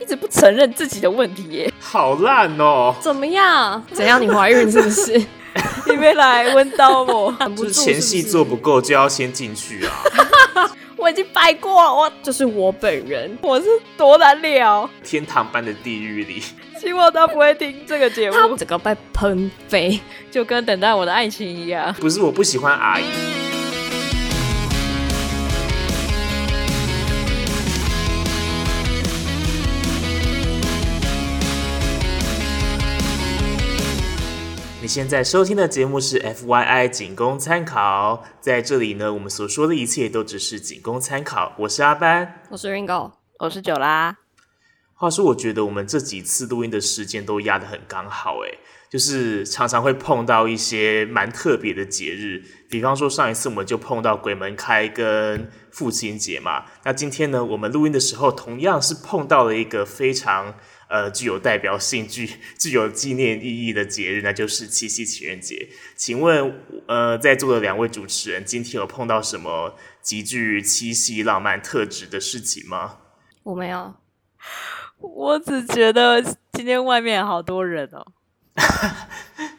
一直不承认自己的问题耶。好烂哦！怎么样？怎样？你怀孕是不是？ 你别来温刀我，很不就是住前戏是不是做不够就要先进去啊！ 我已经摆过了，我就是我本人，我是多难聊，天堂般的地狱里，希望他不会听这个节目，整个被喷飞。就跟等待我的爱情一样。不是我不喜欢阿姨，你现在收听的节目是 FYI 仅供参考，在这里呢，我们所说的一切都只是仅供参考。我是阿班。我是 Ringo，我是九啦，话说，我觉得我们这几次录音的时间都压得很刚好，诶，就是常常会碰到一些蛮特别的节日，比方说上一次我们就碰到鬼门开跟父亲节嘛，那今天呢，我们录音的时候同样是碰到了一个非常呃具有代表性、具具有纪念意义的节日，那就是七夕情人节。请问，呃，在座的两位主持人今天有碰到什么极具七夕浪漫特质的事情吗？我没有，我只觉得今天外面好多人哦。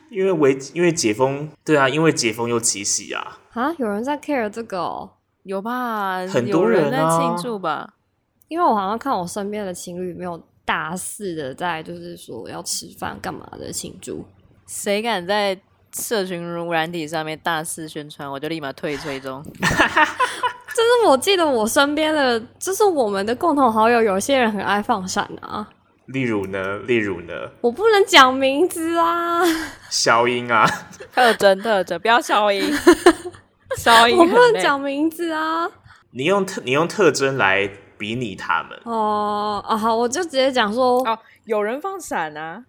因为为因为解封，对啊，因为解封又七夕啊，啊，有人在 care 这个哦，有吧？很有多人人在啊庆祝吧？因为我好像看我身边的情侣没有大肆的在就是说要吃饭干嘛的庆祝，谁敢在社群软体上面大肆宣传，我就立马退追踪。就是我记得我身边的，就是我们的共同好友，有些人很爱放闪啊，例如呢，例如呢，我不能讲名字啊，消音啊， 特征特征，不要消音， 消音我很累。不能讲名字啊。你用特你用特征来比拟他们，哦、啊，好，我就直接讲说，哦，有人放闪啊！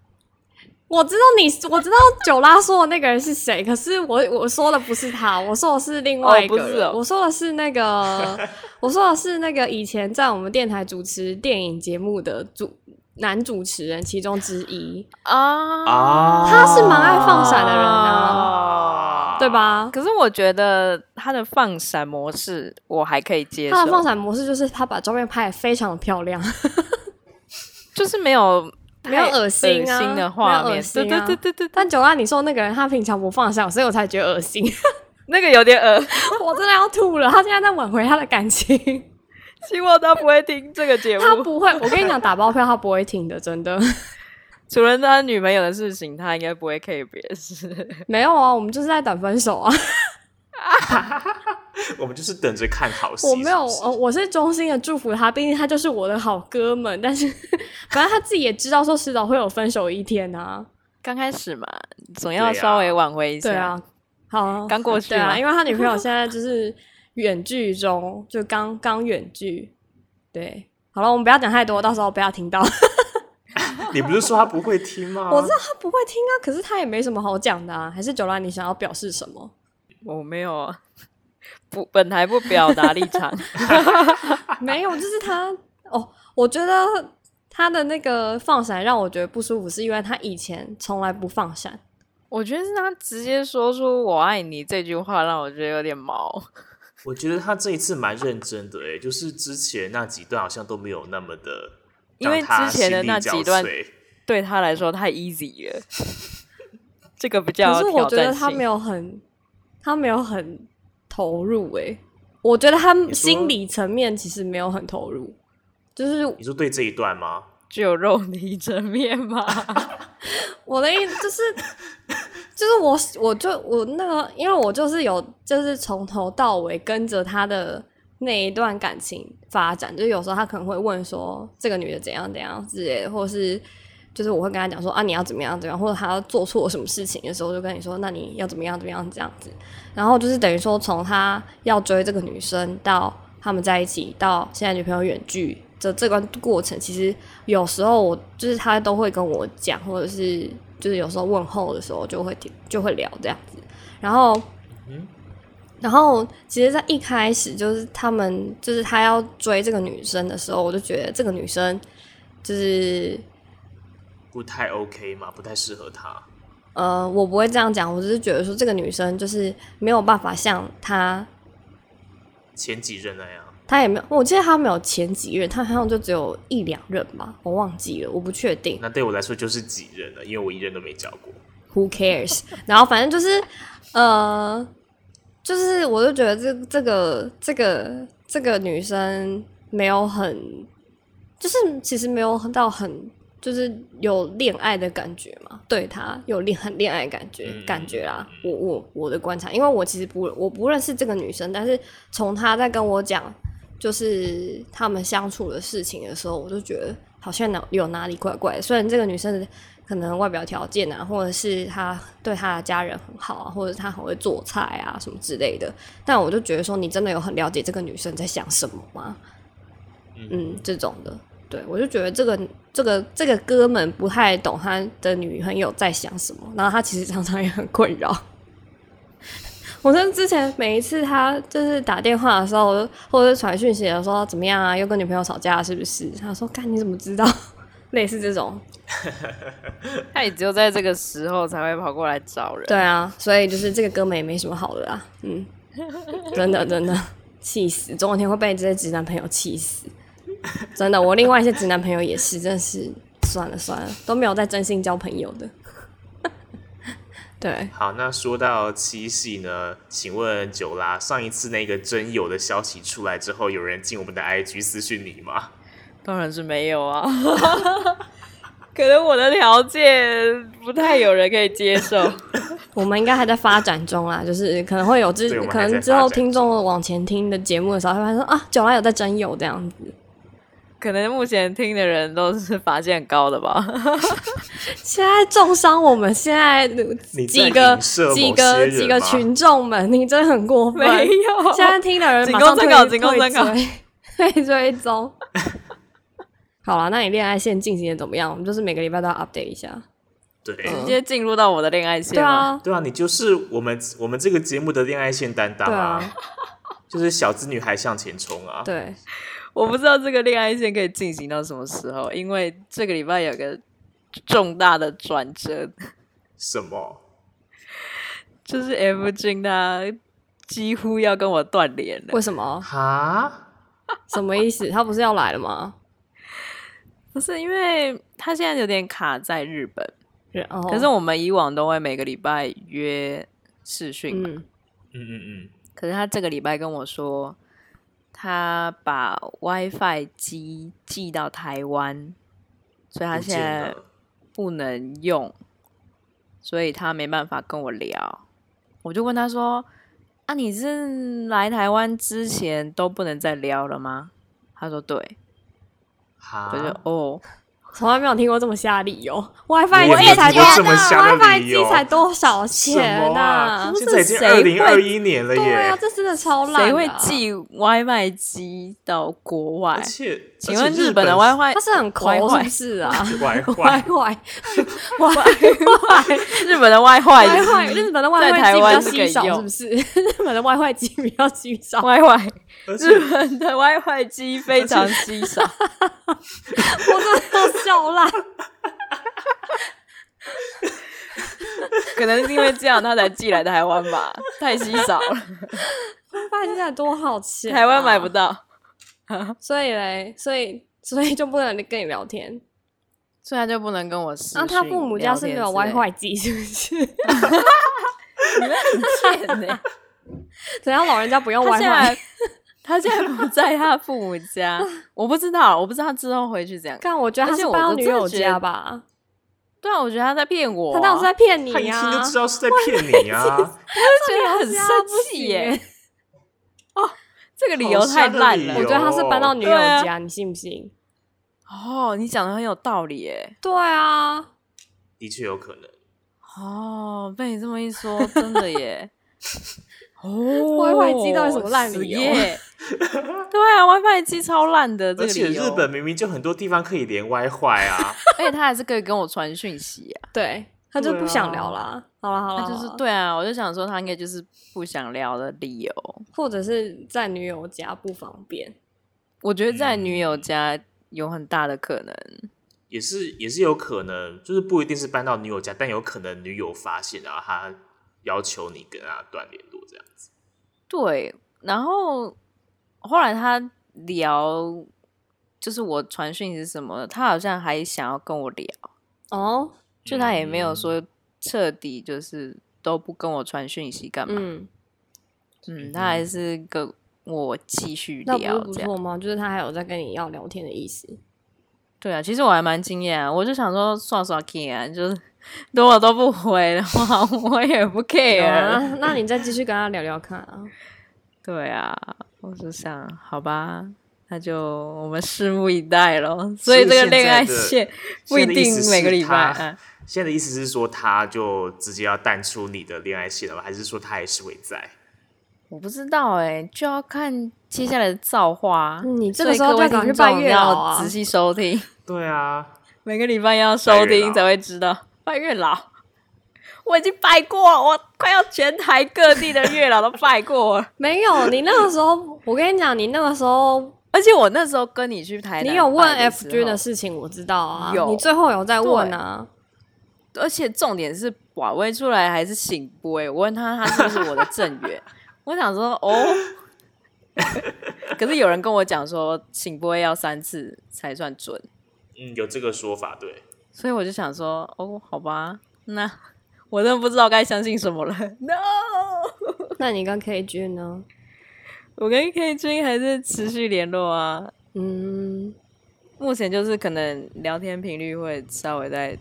我知道你，我知道九拉说的那个人是谁，可是我我说的不是他，我说的是另外一个人哦不是哦我说的是那个， 我说的是那个以前在我们电台主持电影节目的主男主持人其中之一，啊啊他是蛮爱放闪的人啊，啊对？吧？哦可是我觉得他的放闪模式我还可以接受，他的放闪模式就是他把照片拍的非常的漂亮， 就是没有没有太恶心啊心的画没有恶面，对心对啊对对对对，但九拉你说那个人他平常不放闪，所以我才觉得恶心， 那个有点恶。我真的要吐了。他现在在挽回他的感 情，希望他不会听这个节目。他不会，我跟你讲打包票他不会停的，真的。除了他女朋友的事情，他应该不会 care 别的事。没有啊，我们就是在等分手啊。 我们就是等着看好戏。我没有，是呃，不是我是衷心的祝福他，毕竟他就是我的好哥们。但是，反正他自己也知道说迟早会有分手一天啊。刚开始嘛，总要对啊稍微挽回一下。对，啊，好啊，刚过去对啊，嘛因为他女朋 友现在就是远距中，就刚刚远距。对，好了，我们不要讲太多，到时候不要 听到。 你不是说他不会听吗？我知道他不会听啊，可是他也没什么好讲的啊。还是九兰，你想要表示什 么？我没有啊， 不，本台不表达立场。没有，就是他哦，我觉得他的那个放闪让我觉得不舒服，是因为他以前从来不放闪。我觉得是他直接说出“我爱你”这句话，让我觉得有点毛。我觉得他这一次蛮认真的、诶，就是之前那几段好像都没有那么的，因为让他之前的心力那几交段瘁对他来说太 easy 了， 这个比较可是我挑觉得战他没性。有很，他没有很投入诶、我觉得他说心理层面其实没有很投入，就是你说对这一段吗？只有肉泥层面嘛， 我的意思就是，就是我我就我那个，因为我就是有就是从头到尾跟着他的那一段感情发展，就是有时候他可能会问说这个女的怎样怎样之类的，或是就是我会跟他讲说啊你要怎么样怎么样，或者他要做错什么事情的时候，就跟你说那你要怎么样怎么样这样子，然后就是等于说从他要追这个女生到他们在一起到现在女朋友远距这这段过程，其实有时候我就是他都会跟我讲，或者是就是有时候问候的时候就会就会聊这样子，然后。然后，其实，在一开始就是他们，就是他要追这个女生的时候，我就觉得这个女生就是不太 OK 嘛，不太适合他。呃，我不会这样讲，我只是觉得说这个女生就是没有办法像她前几任那样，他也没有，我记得他没有前几任，他好像就只有一两任吧，我忘记了，我不确定。那对我来说就是几任了，因为我一任都没交过。 Who cares？然后 反正就是，呃，就是我就觉得这这个这个这个女生没有很，就是其实没有到很，就是有恋爱的感觉嘛，对她有恋很恋爱的感觉、嗯感觉啦。我我我的观察，因为我其实不我不认识这个女生，但是从她在跟我讲就是他们相处的事情的时候，我就觉得好像哪有哪里怪怪的。虽然这个女生的可能外表条件啊，或者是她对她的家人很好啊，或者她很会做菜啊什么之类的，但我就觉得说，你真的有很了解这个女生在想什么吗？嗯，这种的，对我就觉得这个这个这个哥们不太懂他的女朋友在想什么，然后他其实常常也很困扰。 我真的之前每一次他就是打电话的时候，我就或者是传讯息的时候怎么样啊，又跟女朋友吵架了是不是？他说：“干你怎么知道？” 类似这种，他也只有在这个时候才会跑过来找人。对啊，所以就是这个哥们也没什么好的啊，嗯， 真的真的气死，总有一天会被这些直男朋友气死，真的，我另外一些直男朋友也是，真的是算了算了，都没有在真心交朋友的， 对，好，那说到七夕呢，请问九拉，上一次那个真友的消息出来之后，有人进我们的 IG 私讯 你吗？当然是没有啊， 可能我的条件不太有人可以接受。我们应该还在发展中啦，就是可能会有之对我，们可还在能之发后展听众往前听的节目的时候，他会发现说啊，九拉有在真友这样子，可能目前听的人都是发现高的吧， 现在重伤我们现在你在几个影射某几些个人几个吗群众们，你真的很过分。没有现在听的人仅马供上参退考退仅供参考追， 退追踪。好啦，那你恋爱线进行的怎么样？我们就是每个礼拜都要 update 一下。对，直接进入到我的恋爱线对吗？啊，对啊，你就是我们我们这个节目的恋爱线担当对啊，啊，就是小资女孩向前冲啊。对，我不知道这个恋爱线可以进行到什么时候，因为这个礼拜有个重大的转折，什么？就是 F 君他几乎要跟我断联了为。什么？哈？什么意思？他不是要来了吗？不是因为他现在有点卡在日本，然哦后，可是我们以往都会每个礼拜约视讯嘛。嗯，嗯嗯可是他这个礼拜跟我说，他把 WiFi 机寄到台湾，所以嗯，他不现见在了。不能用，所以他没办法跟我聊。我就问他说：“啊，你是来台湾之前都不能再聊了吗？”他说：“对。”哈我就、啊哦，从来没有听过这么瞎理由。WiFi 我也没机才听多过这么瞎的，WiFi 理由机才多少什钱么啊？不现是在已经谁二会零二一年了对啊，耶！这真的超烂、啊。谁会？寄 WiFi 机到国外而？且，请而问且日日本的 WiFi 他是很抠 WiFi 是不是啊 WiFi ？WiFi WiFi 日本的 WiFi 外机日本的在外汇机台比较湾是可稀以少，是用不是？ 日本的外汇机比较稀少。 WiFi 而且日本的 WiFi 机非常稀少，我真的要笑烂。 可能是因为这样他才寄来台湾吧，太稀少 了，外汇现在多少钱、台湾买不，到。所以嘞，所以所以就不能跟你聊天。所以他就不能跟我私那、他讯父母家聊是没天有之类的 WiFi 机，是不是？ 你们很贱呢、欸怎样老人家不用他现 WiFi？在他现在不在他父母 家，我不知道，我不知道他之后回去怎样。看，我觉得他而且是我搬到我女真的友觉得家吧？对啊，我觉得他在骗我、他当时在骗你他一听啊！就知道是在骗 你啊！我觉得很家生不气行耶、 哦欸这个理由太烂了好我。觉得他是搬到女友有对啊家，你信不信？哦，你讲的很有道理耶、对啊，的确有可能。哦，被你这么一说，真的 耶。哦 WiFi 机到底什么烂理由死耶对啊，WiFi 机超烂的，这而个且理由。日本明明就很多地方可以连 WiFi 啊， 而且他还是可以跟我传讯息啊。对，他就对不啊想聊啦。好了好了，他就是好啦对啊，我就想说他应该就是不想聊的理由。或者是在女友家不方便。我觉得在女友家有很大的可能，也是也是有可能，就是不一定是搬到女友家，但有可能女友发现，然后她要求你跟她断联络这样子。对。然后后来他聊，就是我传讯是什么，他好像还想要跟我聊，哦，就他也没有嗯说彻底就是都不跟我传讯息干嘛，嗯，嗯，他还是跟我继续那不是聊不这样错。吗？就是他还有在跟你要聊天的意思。对啊，其实我还蛮惊讶，我就想说算算 care，啊就是如果都不回的话，我也不 care 有了。啊， 那那你再继续跟他聊聊看啊。对啊，我就想，好吧，那就我们拭目以待咯。所以这个恋爱线不一现在的意定思是每个礼拜、他啊，现在的意思是说，他就直接要淡出你的恋爱线了吗？还是说他还是会在？我不知道哎、就要看接下来的造化。 嗯你这所以个时候各位就要赶听快去拜众月老啊要仔细收听，对啊，每个礼拜要收拜月听老才会知道拜月老。我已经拜过，我快要全台各地的月老都拜过了。没有，你那个时候，我跟你讲，你那个时候而且我那时候跟你去台南，你有问 F 君的，事情，我知道啊。有你最后有在问啊？而且重点是寡位出来还是醒波、欸。我问他，他是不是我的正 缘？我想说哦， 可是有人跟我讲说醒波要三次才算准，嗯，有这个说法，对。所以我就想说哦，好吧，那我真的不知道该相信什么了。No，那你跟 K 君呢？我跟 K 君还是持续联络啊，嗯，目前就是可能聊天频率会稍微再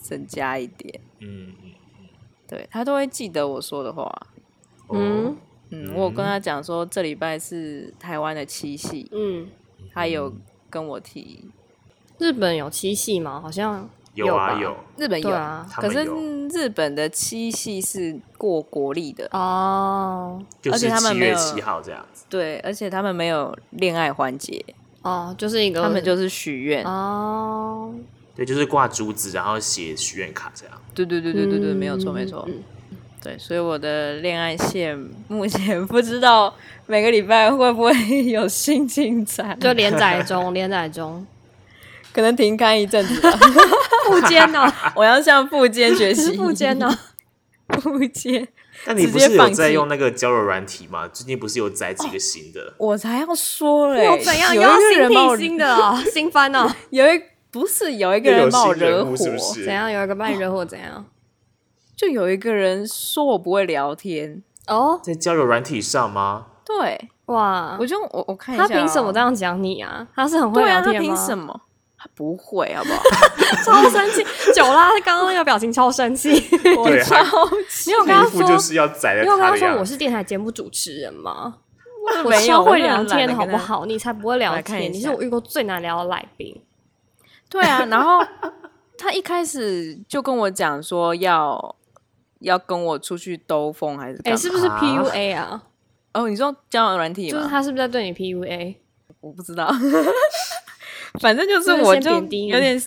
增加一点。嗯嗯对他都会记得我说的话。哦嗯嗯，我有跟嗯他讲说这礼拜是台湾的七夕，嗯，他有跟我提日本有七夕吗？好像有啊有吧有，日本有，对啊。他可是们有，日本的七夕是过国历的，哦就而且是他们七没月有七号这样子。对，而且他们没有恋爱环节，哦，就是一个他们就是许愿，哦，对，就是挂竹子，然后写许愿卡这样。对对对对对对，没有错嗯没错，嗯对，所以我的恋爱线目前 不知道每个礼拜会不会 有新进展，就连载 中，连载中，可能停刊一阵子吧，不奸 呢，我要向富坚学是 习，不奸呢， 富坚。但你直不接是有放在弃哦用那个交友软体吗？最近不是有载几个新的？我才要说嘞、又怎样？有一又要个新人把我替新的 哦，新番哦，有一不是有一个又有人把我新惹人火，物是不是？怎样？有一个把你惹火，怎样？就有一个人说我不会聊天，哦，在交友软体上吗？对哇我，就我我看一下、哦他凭什么这？样讲你啊？他是很会对啊，他聊天吗？凭什么？他不会，好不 好？超生 气，九拉刚刚那个表情超生气。你我对啊超级有跟他一副说，就是要宰了你有 跟他他的说样我子。是电台节目主持人吗？我没有超我会真的聊很懒天，得好跟不他好？你才不会聊来看一天，你是下我遇过最难聊的来 宾。对啊，然后他一开始就跟我讲说要要跟我出去兜风还是干哎，嘛？是不是啊 PUA 啊？哦，你说交友软体就是吗？他是不是在 对你 PUA？我不知道， 反正就是就是我先就贬低你有点，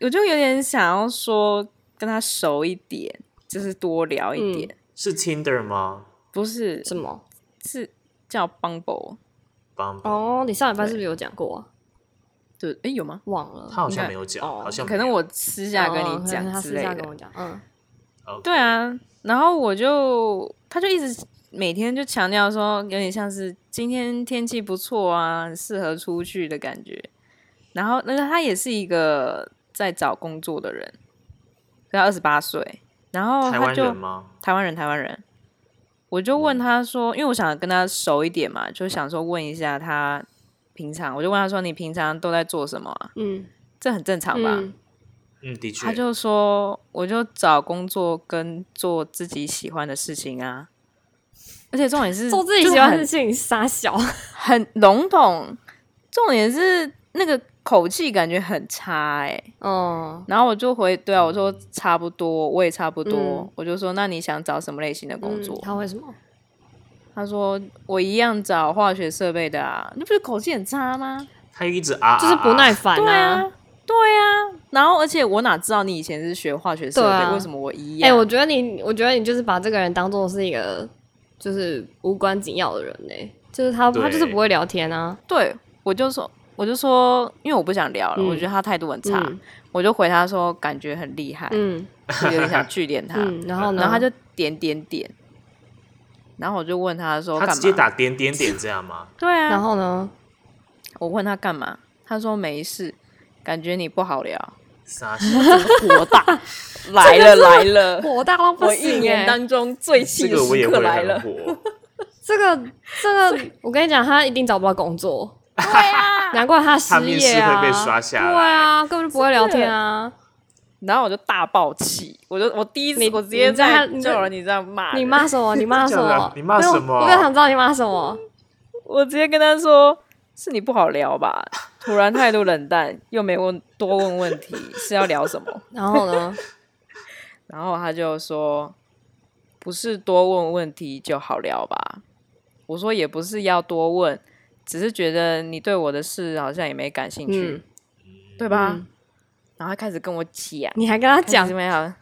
我就有点想要说跟他熟一点，就是多聊一点，嗯是 Tinder 吗？不是什么？是叫 Bumble，帮哦，你上礼拜是不是有讲过啊？对，诶，有吗？忘他了，好像没有讲，哦好像可能我私下跟哦你可能讲他之私类下的跟，我讲，嗯，对，啊，然后我就他就一直每天就强调说，有点像是今天天气不错啊，很适合出去的感觉。然后，那个他也是一个在找工作的人，他二十八岁，然后台哦他湾就人吗？嗯台湾人，台湾人。我就问他说，因为我想跟他熟一点嘛，就想说问一下他平常，我就问他说你平常都在做什么啊？嗯，这很正常吧？嗯，嗯，的确，他就说，我就找工作跟做自己喜欢的事情啊。而且重点是 做自己喜欢的事就是情，傻小，很很笼统，重点是那个口气感觉很差哎、嗯，然后我就回对啊，我说差不多，我也差不多。嗯我就说那你想找什么类型的工作嗯？他为什么？他说我一样找化学设备的啊，你不是口气很差吗？他一直啊，就是不耐烦对啊，对啊。然后而且我哪知道你以前是学化学设备，对啊为什么我一哎、样？我觉得你，我觉得你就是把这个人当做是一个就是无关紧要的人呢、就是他他就是对不会聊天啊，对，我就说，我就说，因为我不想聊了，嗯我觉得他态度很差，嗯我就回他说感觉很厉害，嗯就有点想据点他，嗯，然后呢，然后他就点点点，然后我就问他说他干嘛？直接打点点点这样吗？对啊，然后呢？我问他干嘛，他说没事，感觉你不好 聊，傻笑，火大来了来了，火大到不我一行年耶！当中最气的这个我也时会刻来了很，火。 这个这个，我跟你讲，他一定找不到工作，对啊，难怪他他失面业试啊！会被刷下对来，啊，根本就不会聊天啊！然后我就大爆气，我就我第一次你我直接你在在你就在有人你这样骂人，你骂 什么？你骂什真的假么啊的？你骂没有什么我更想知道你骂什么。我直接跟他说是你不好聊吧，突然态度冷淡，又没问多问问题是要聊什么，然后呢？然后他就说不是多问问题就好聊吧，我说也不是要多问，只是觉得你对我的事好像也没感兴趣，嗯，对吧？嗯然后他开始跟我讲，你还跟他讲讲怎么样？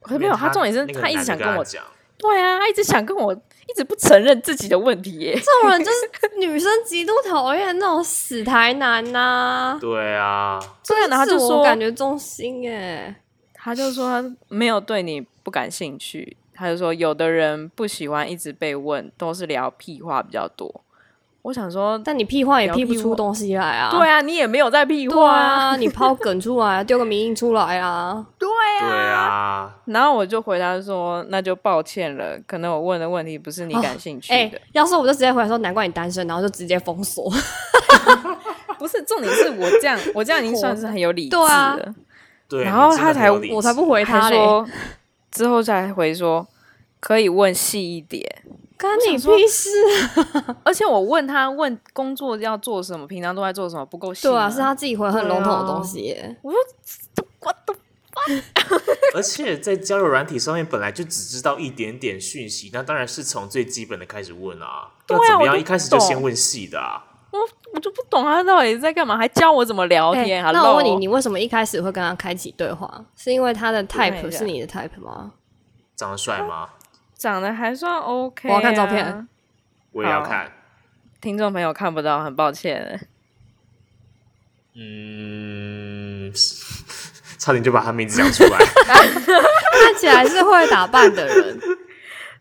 可没有，他重点是那个他一直男的想跟跟我，讲，对啊，他一直想跟我，一直不承认自己的问题耶。这种人，就是女生极度讨厌那种死台男呐、对啊，对啊，然后他自就我说，感觉中心耶。他就说他没有对你不感兴趣，他就说有的人不喜欢一直被问，都是聊屁话比较多。我想说，但你屁话也聊屁不屁出话东西来啊！对啊，你也没有在屁对话啊，啊，你抛梗出来，丢个名印出来啊！对对啊，然后我就回答说，那就抱歉了，可能我问的问题不是你感兴趣哎、的，要 是我就直接回来说，难怪你单身，然后就直接封锁。不是重点是我这 样，我这样已经算是很有理智对啊了。对，然后你真的他很才有理我才智 不回他他嘞！说之后才回说可以问细一点，干想你说屁事！啊而且我问他问工作要做什么，平常都在做什么，不够细对啊，吗是他自己回很笼统的东西耶。而且在交友软体上面本来就只知道一点点讯息，那当然是从最基本的开始问啊。对啊要怎么样？我就一开始就懂先问细的啊？我我就不懂他到底在干嘛，还教我怎么聊哎哦天。啊哈，那我问你，你为什么一开始会跟他开启对话？是因为他的看一 type 下是你的 type 吗？长得帅吗？长得还算 OK，、我要看照片。我也要好看。听众朋友看不到，很抱歉。嗯， 差点就把他名字讲出 来。看起来是会打扮的人，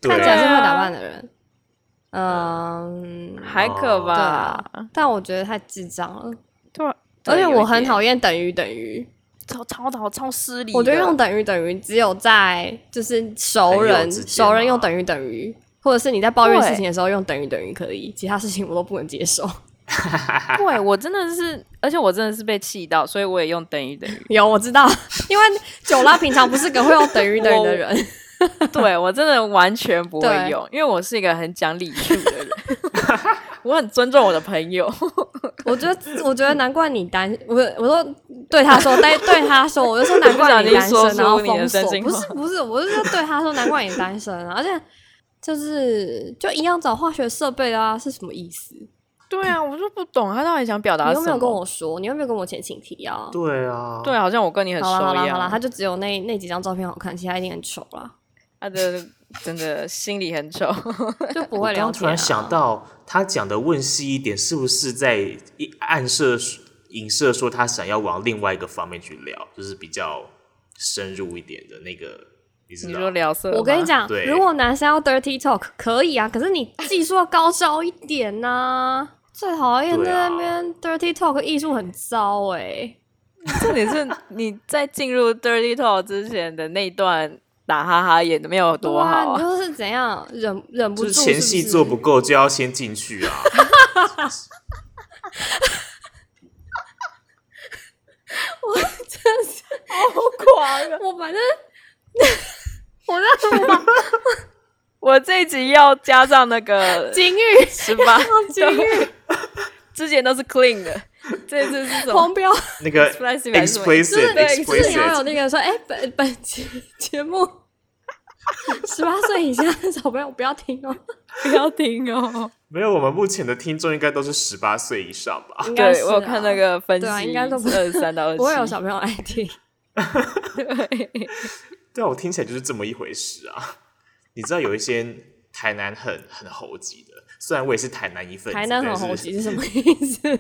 对看起对来是啊会打扮的人。嗯，还可对吧啊？，但我觉得太智障了，对啊，而对且有一我很点讨厌等于等于。超超讨超失礼的。我觉得 用等于等于只有在就是熟朋友人之间啊熟人嘛用等于等于，或者是你在抱怨对事情的时候用等于等于可以，其他事情我都不能接受。对我真的是，而且我真的是被气到，所以我也用等于等于。有我 知道，因为九拉平常不是个会用等于等于的人，对我真的完全不会对用，因为我是一个很讲礼数的人， 我很尊重我的朋友。我觉得我觉得难怪你单，我我说对他说，对对他说，我就说难怪单不小心说身，出然后你的封锁真，心不话是不是，我就是对他说难怪你单身啊，而且就是就一样找化学设备啊，是什么意思？对啊，我就不懂他到底想表达你什又么。没有跟我说，你又没有跟我前情提要，对啊， 对，好像我跟你很熟好啦好一啦好啦，样他。就只有那那几张照片好看，其他一定很丑啦，他的真的心里很丑。就不我刚会聊天、啊。刚 突然想，到，他讲的问细一点，是不是在一暗射影射说他想要往另外一个方面去聊，就是比较深入一点的那个，你知你道？说聊色？我跟 你，讲对，如果男生要 dirty talk 可以啊，可是你技术要高超一点呐、 最讨厌对啊在那边 dirty talk 艺术很糟哎、重点是你在进入 Dirty Talk 之前的那段打哈哈演的没有多啊，好 啊。你就是怎样忍忍不就住是前戏是做不不是够就要先进去 啊。好狂啊！我反正 我在我这一集要加上那 个 金玉十八，金玉之前都是 clean 的，这次是什么？ 狂飙，那个 Explicit 还是什么就是 explicit 对就是你要有 explicit，那个说，哎、本本期节目十八岁以下的小朋友不要听哦。不要听哦。没有，我们目前的听众应该都是十八岁以上吧？ 应该对是，我有看那啊个分析，对啊应该都不二十三到二十不会有小 朋友爱听。对，对啊，我听起来就是这么一回事啊。你知道有一些台南很很猴急的，虽然我也是台南一份子，台南但很是红旗是什么意思？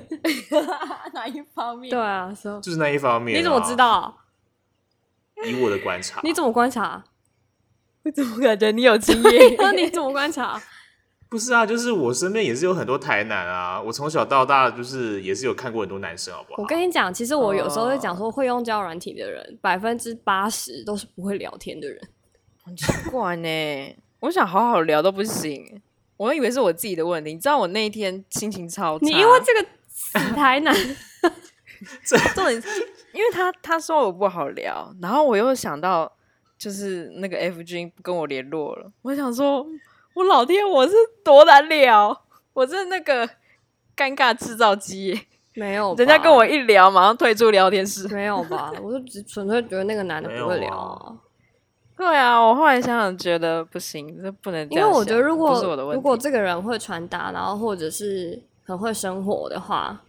哪一方面 对啊，说就是那一方面、啊你怎么啊知？道？以我的观察，你怎么观察？ 我怎么感觉你有经验？那你怎么观察？不是啊，就是我身边也是有很多台南啊，我从小到大就是也是有看过很多男生，好不我好？跟你讲，其实我有时候会讲哦说，会用交友软体的人，百分之八十都是不会聊天的人。很奇怪呢、我想好好聊都不行，我以为是我自己的问题。你知道我那一天心情超差，你因为这个死台南， 重点是，因为他他说我不好聊，然后我又想到就是那个 F 君不跟我联络了，我想说，我老天，我是多难聊，我是那个尴尬制造机耶，没有吧人家跟 我一聊，马上退出聊天室。没有吧？我就只纯粹觉得那个男的不会没有聊、啊对啊，我后来想想觉得不行，这不能这因样为想。我觉得如不果是我的问题，如果这个人会传达，然后或者是很会生活的话，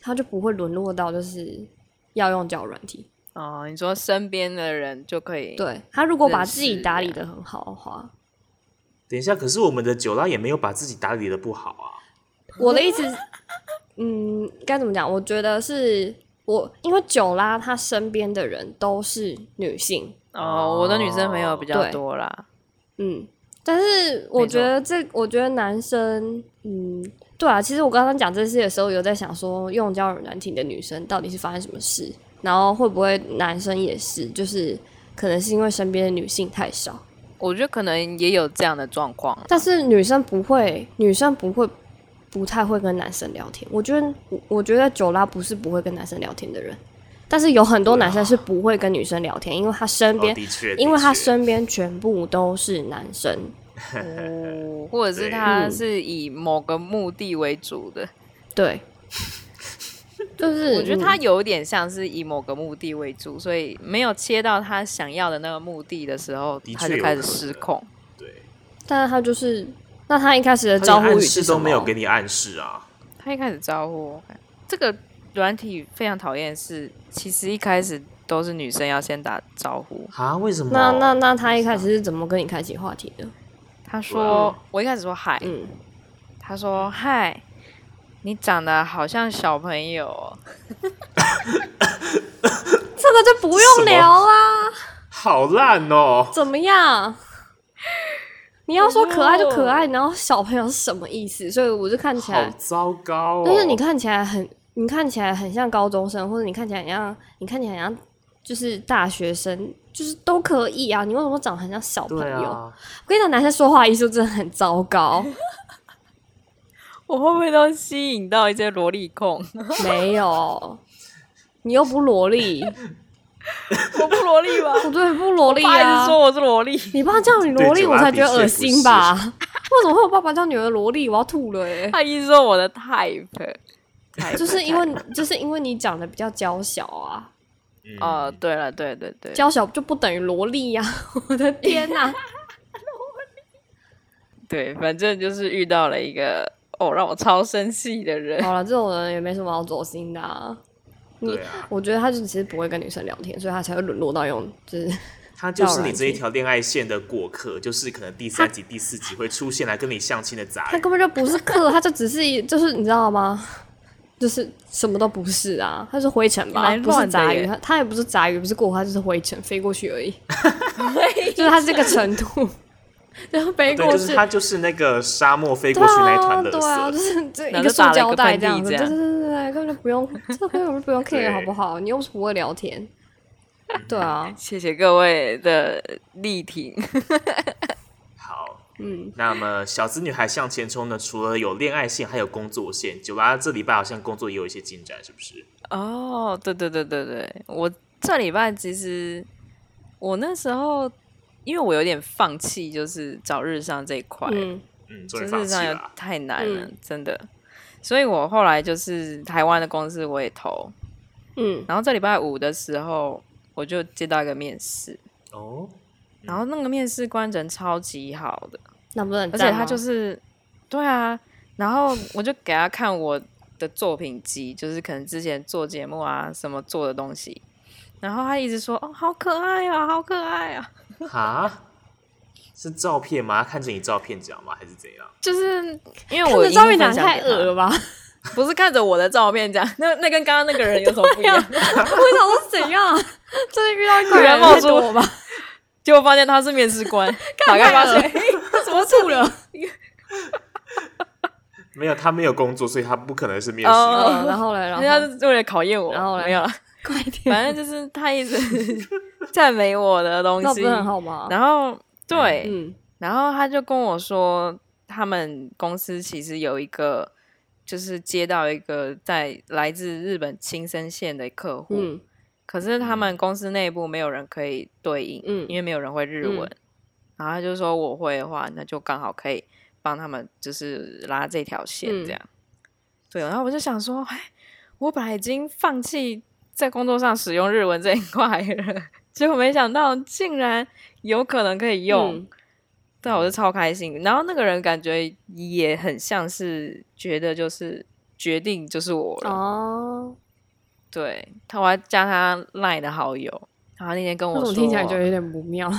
他就不会沦落到就是要用交友软体。哦，你说身边的人就可以对他如果把认自己识呀打理的很好的话，等一下，可是我们的九拉也没有把自己打理的不好啊。我的意思是，嗯，该怎么讲？我觉得是我因为九拉他身边的人都是女性，哦，我的女生朋友比较哦对多啦。嗯，但是我觉得这，我觉得男生，嗯，对啊，其实我刚刚讲这些的时候，有在想说，用交友软体的女生到底是发生什么事，然后会不会男生也是，就是可能是因为身边的女性太少，我觉得可能也有这样的状况啦，但是女生不会，女生不会。不太会跟男生聊天，我觉得我我觉得九拉不是不会跟男生聊天的人，但是有很多男生是不会跟女生聊天，因为他身哦，边，的确，因为的他确身边全部都是男生，哦， 或者是对他嗯是以某个目的为主的，对，就是我觉得他嗯有点像是以某个目的为主，所以没有切到他想要的那个目的的时候的，他确就有开可始失能控。对，嗯但是他就是，那他一开始的他连招呼语暗是示什都么没有给你暗示啊。他一开始招呼我看这个软体非常讨厌的是，其实一开始都是女生要先打招呼。啊？为什么？那那那他一开始是怎么跟你开启话题的？他哦说我一开始说嗨，嗯，他说嗨，你长得好像小朋友哦。这个就不用聊啊啦，好烂 哦！怎么样？你要说可爱就可爱，然后小朋友是什么意思？所以我就看起好来，糟糕哦！但是你看起来很，你看起来很像高中生，或者你看起来很像，你看起来很像就是大学生，就是都可以啊。你为什么长得很像小朋对友？啊，我跟你讲，男生说话艺术真的很糟 糕。 我会不会都吸引到一些萝莉控？没有，你又不萝 莉，我不萝莉吧？不对，不萝莉 他一啊直！说我是萝 莉。你爸叫你萝对莉，九我拉才的觉得确恶不心是吧？ 为什么会有爸爸叫女儿萝莉？我要吐了欸！他一直说我的 type，就是因为就是因为你长得比较娇小啊，嗯哦、对了，对对对，娇小就不等于萝莉呀、 我的天哪、 对，反正就是遇到了一个哦，让我超生气的人。 好了，这种人也没什么好走心的、啊。你对啊，我觉得他就其实不会跟女生聊天，所以他才会沦落到用就是他就是你这一条恋爱线的过客，就是可能第三集、第四集会出现来跟你相亲的杂哎他鱼。根本就不是客，他就只是一就是你知道吗？就是什么都不是啊，他是灰尘吧蛮，乱不是杂的鱼，耶他他也不是杂鱼，不是过河，他就是灰尘飞过去而 已，就是他这个程度，然后飞对，过就 去，是他就是那个沙漠飞对过去那一啊团垃对啊，就圾。是这一然后个就塑打了一胶个袋喷这样嚏这子，对对样对对对，根本就不用， 这根本就不用 care 对好不好？你又不会聊天，对嗯啊，谢谢各位的力挺。 好，嗯，那么小资女孩向前冲呢，除了有恋爱线，还有工作线。九拉这礼拜好像工作也有一些进展，是不是？哦，对对对对对，我这礼拜其实我那时候因为我有点放弃，就是找日上这一块，嗯，嗯，终就于日放弃上有了啊。太难了，嗯真的。所以我后来就是台湾的公司我也投，嗯，然后这礼拜五的时候我就接到一个面试，哦，然后那个面试官人超级好的，那不是很而赞吗，且他就是，对啊，然后我就给他看我的作品集，就是可能之前做节目啊什么做的东西，然后他一直说哦好可爱啊，好可爱啊，哈，是照片吗？他看着你照片讲吗？还是怎样？就是因为看我着已照经分片讲享太给恶他，了吧？不是看着我的照片讲，那那跟刚刚那个人有什么不一样？ 我想说怎样啊，就是遇到一个突人然冒冒出出我吧， 结果发现他是面试官，打开发现怎么吐了？没有，他没有工作，所以他不可能是面试哦官。嗯，然后嘞，人然家后是为了考验我，然后嘞没有 啦，快点，反正就是他一直 赞美我的东那不西，是很好吗？然后对，嗯，然后他就跟我说，他们公司其实有一个，就是接到一个在来自日本青森县的客户，嗯可是他们公司内部没有人可以对应，嗯因为没有人会日文。然后他就说我会的话，那就刚好可以帮他们就是拉这条线嗯这样。对，然后我就想说，哎，我本来已经放弃在工作上使用日文这一块了，结果没想到竟然有可能可以用。嗯对啊，我就超开心。然后那个人感觉也很像是觉得就是决定就是我了，哦，对他我还加他赖的好友，然后那天跟我那说，种听起来就有点不 妙，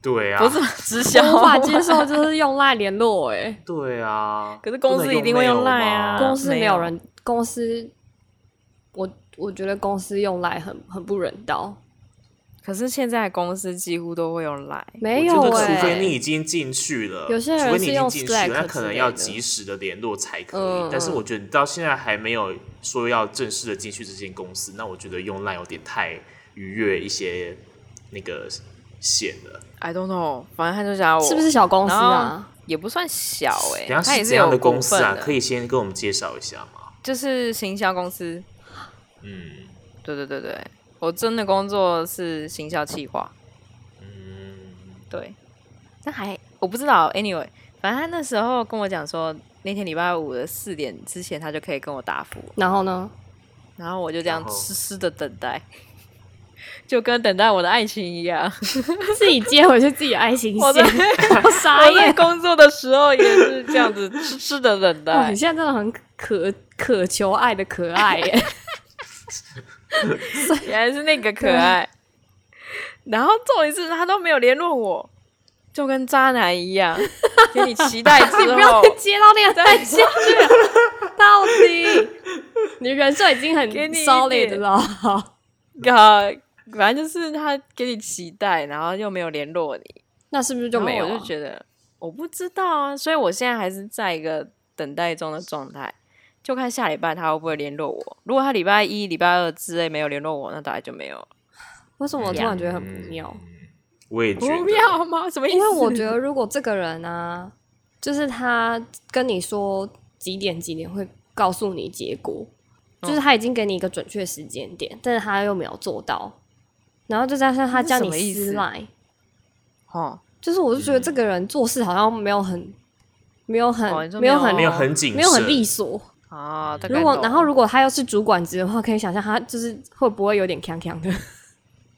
对啊，不是直销，我无法接受，就是用赖联络，哎，对啊。可是公司一定会用 Line 啊公司没没有有人，公司，我我觉得公司用赖很很不人道，可是现在公司几乎都会用赖，没有有我觉得哎，除非你已经进去了，有些人除非你是已用经进去了， Slack 那可能要及时的联络才可以。嗯但是嗯我觉得你到现在还没有说要正式的进去这间公司，那我觉得用 Line 有点太逾越一些那个线了。 I don't know，反正他就加我，是不是小公司然啊？也不算小哎、等一他下也是怎有样的公司股啊份？的可以先跟我们介绍一下吗？就是行销公司，嗯对对对对，我真的工作是行销企划，嗯，对，那还我不知道。Anyway，反正他那时候跟我讲说，那天礼拜五的四点之前他就可以跟我答复我，然后呢？然后我就这然样后痴痴的等待， 就跟等待我的爱情一样。自己接回去自己爱心我在 线，我傻我在眼。工作的时候也是这样子痴痴的等哇，待你。现在真的很渴渴求爱的可爱耶！ 原来是那个可爱。然后重一次他都没有联络我，就跟渣男一 样。给你期待你之不要后再，接到那个对再下去了，到底你的人设已经很给你一 solid 点了。好呃，反正就是他给你期待，然后又没有联络你，那是不是就没有然后我啊？嗯就觉得我不知道啊，所以我现在还是在一个等待中的状态，就看下礼拜他会不会联络我。如果他礼拜一、礼拜二之类没有联络我，那大概就没有了。为什么我突然觉得很不妙？嗯我也觉得不要吗？什么意思？ 因为我觉得如果这个人啊，就是他跟你说几点几点会告诉你结果，嗯就是他已经给你一个准确时间点，但是他又没有做到，然后再加上他叫你那是什么意思私赖，哦，就是我就觉得这个人做事好像没有很。没有很、哦你说没有没很有没有很谨慎，没有很利索。啊，大概如果懂然后如果他要是主管职的话，可以想象他就是会不会有点强强的，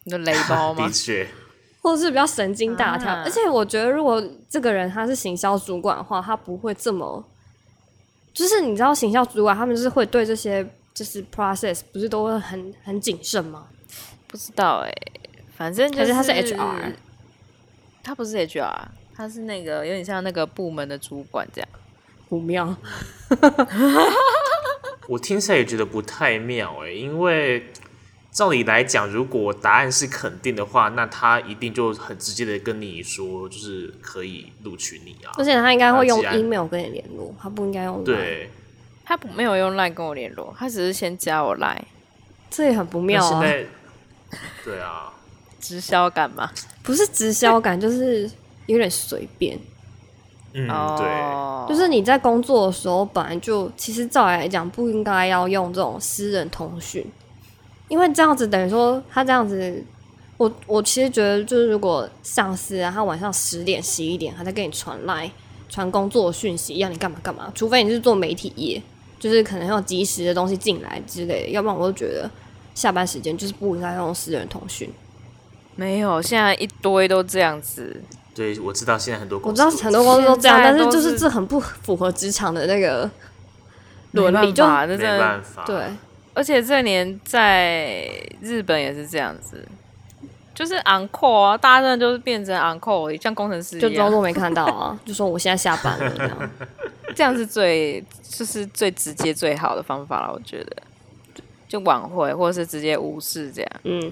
你的雷包吗的？确，或者是比较神经大条。啊而且我觉得，如果这个人他是行销主管的话，他不会这么，就是你知道行销主管他们就是会对这些就是 process 不是都会很很谨慎吗？不知道哎、反正就还是他是是 HR 他不是 HR，他是那个有点像那个部门的主管这样。不妙，我听起来也觉得不太妙哎、因为照理来讲，如果答案是肯定的话，那他一定就很直接的跟你说，就是可以录取你啊。而且他应该会用那既然 email 跟你联络，他不应该用 line，对，他不没有用 LINE 跟我联络，他只是先加我 LINE，这也很不那妙现啊！在，对啊，直销干嘛？不是直销感，就是有点随便。嗯，哦，就是你在工作的时候，本来就其实照理来讲不应该要用这种私人通讯，因为这样子等于说他这样子，我我其实觉得就是如果上司啊，他晚上十点十一点还在跟你传来传工作讯息，要你干嘛干嘛，除非你是做媒体业，就是可能要及时的东西进来之类的，要不然我就觉得下班时间就是不应该用私人通讯。没有，现在一堆都这样子。对，对我知道现在很多我公知司道都很多公司都这样，现在但是都就是是这很不符合职场的那个没伦理，办就法，那真没办的，法，对。而且这年在日本也是这样子，就是 uncle 啊，大家真的就是变成 uncle，像工程师就一装样，作没看到啊，就说我现在下班了这样。这样是最就是最直接最好的方法了，我觉得，就挽回或者是直接无视这样，嗯，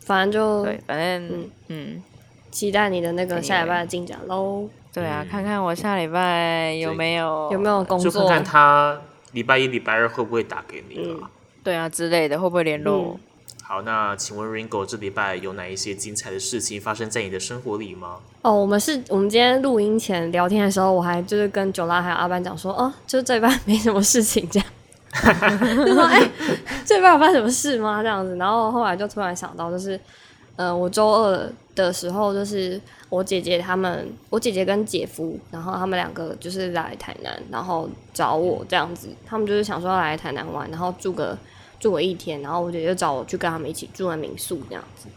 反正就对，反正嗯嗯，期待你的那个对下礼拜的进展喽。对啊，嗯看看我下礼拜有对没有有没有工就作？看看他礼拜一、礼拜二会不会打给你了。嗯对啊之类的，会不会联络我？好，那请问 Ringo 这礼拜有哪一些精彩的事情发生在你的生活里吗？哦，我们是我们今天录音前聊天的时候，我还就是跟九拉还有阿班讲说，哦，就是这一班 没什么事情这样。 就说哎、这一班有发生什么事吗？这样子，然后后来就突然想到，就是，呃，我周二的时候，就是我姐姐他们，我姐姐跟姐夫，然后他们两个就是来台南，然后找我这样子，他们就是想说要来台南玩，然后住个住个一天，然后我姐姐就找我去跟他们一起住在民宿这样子，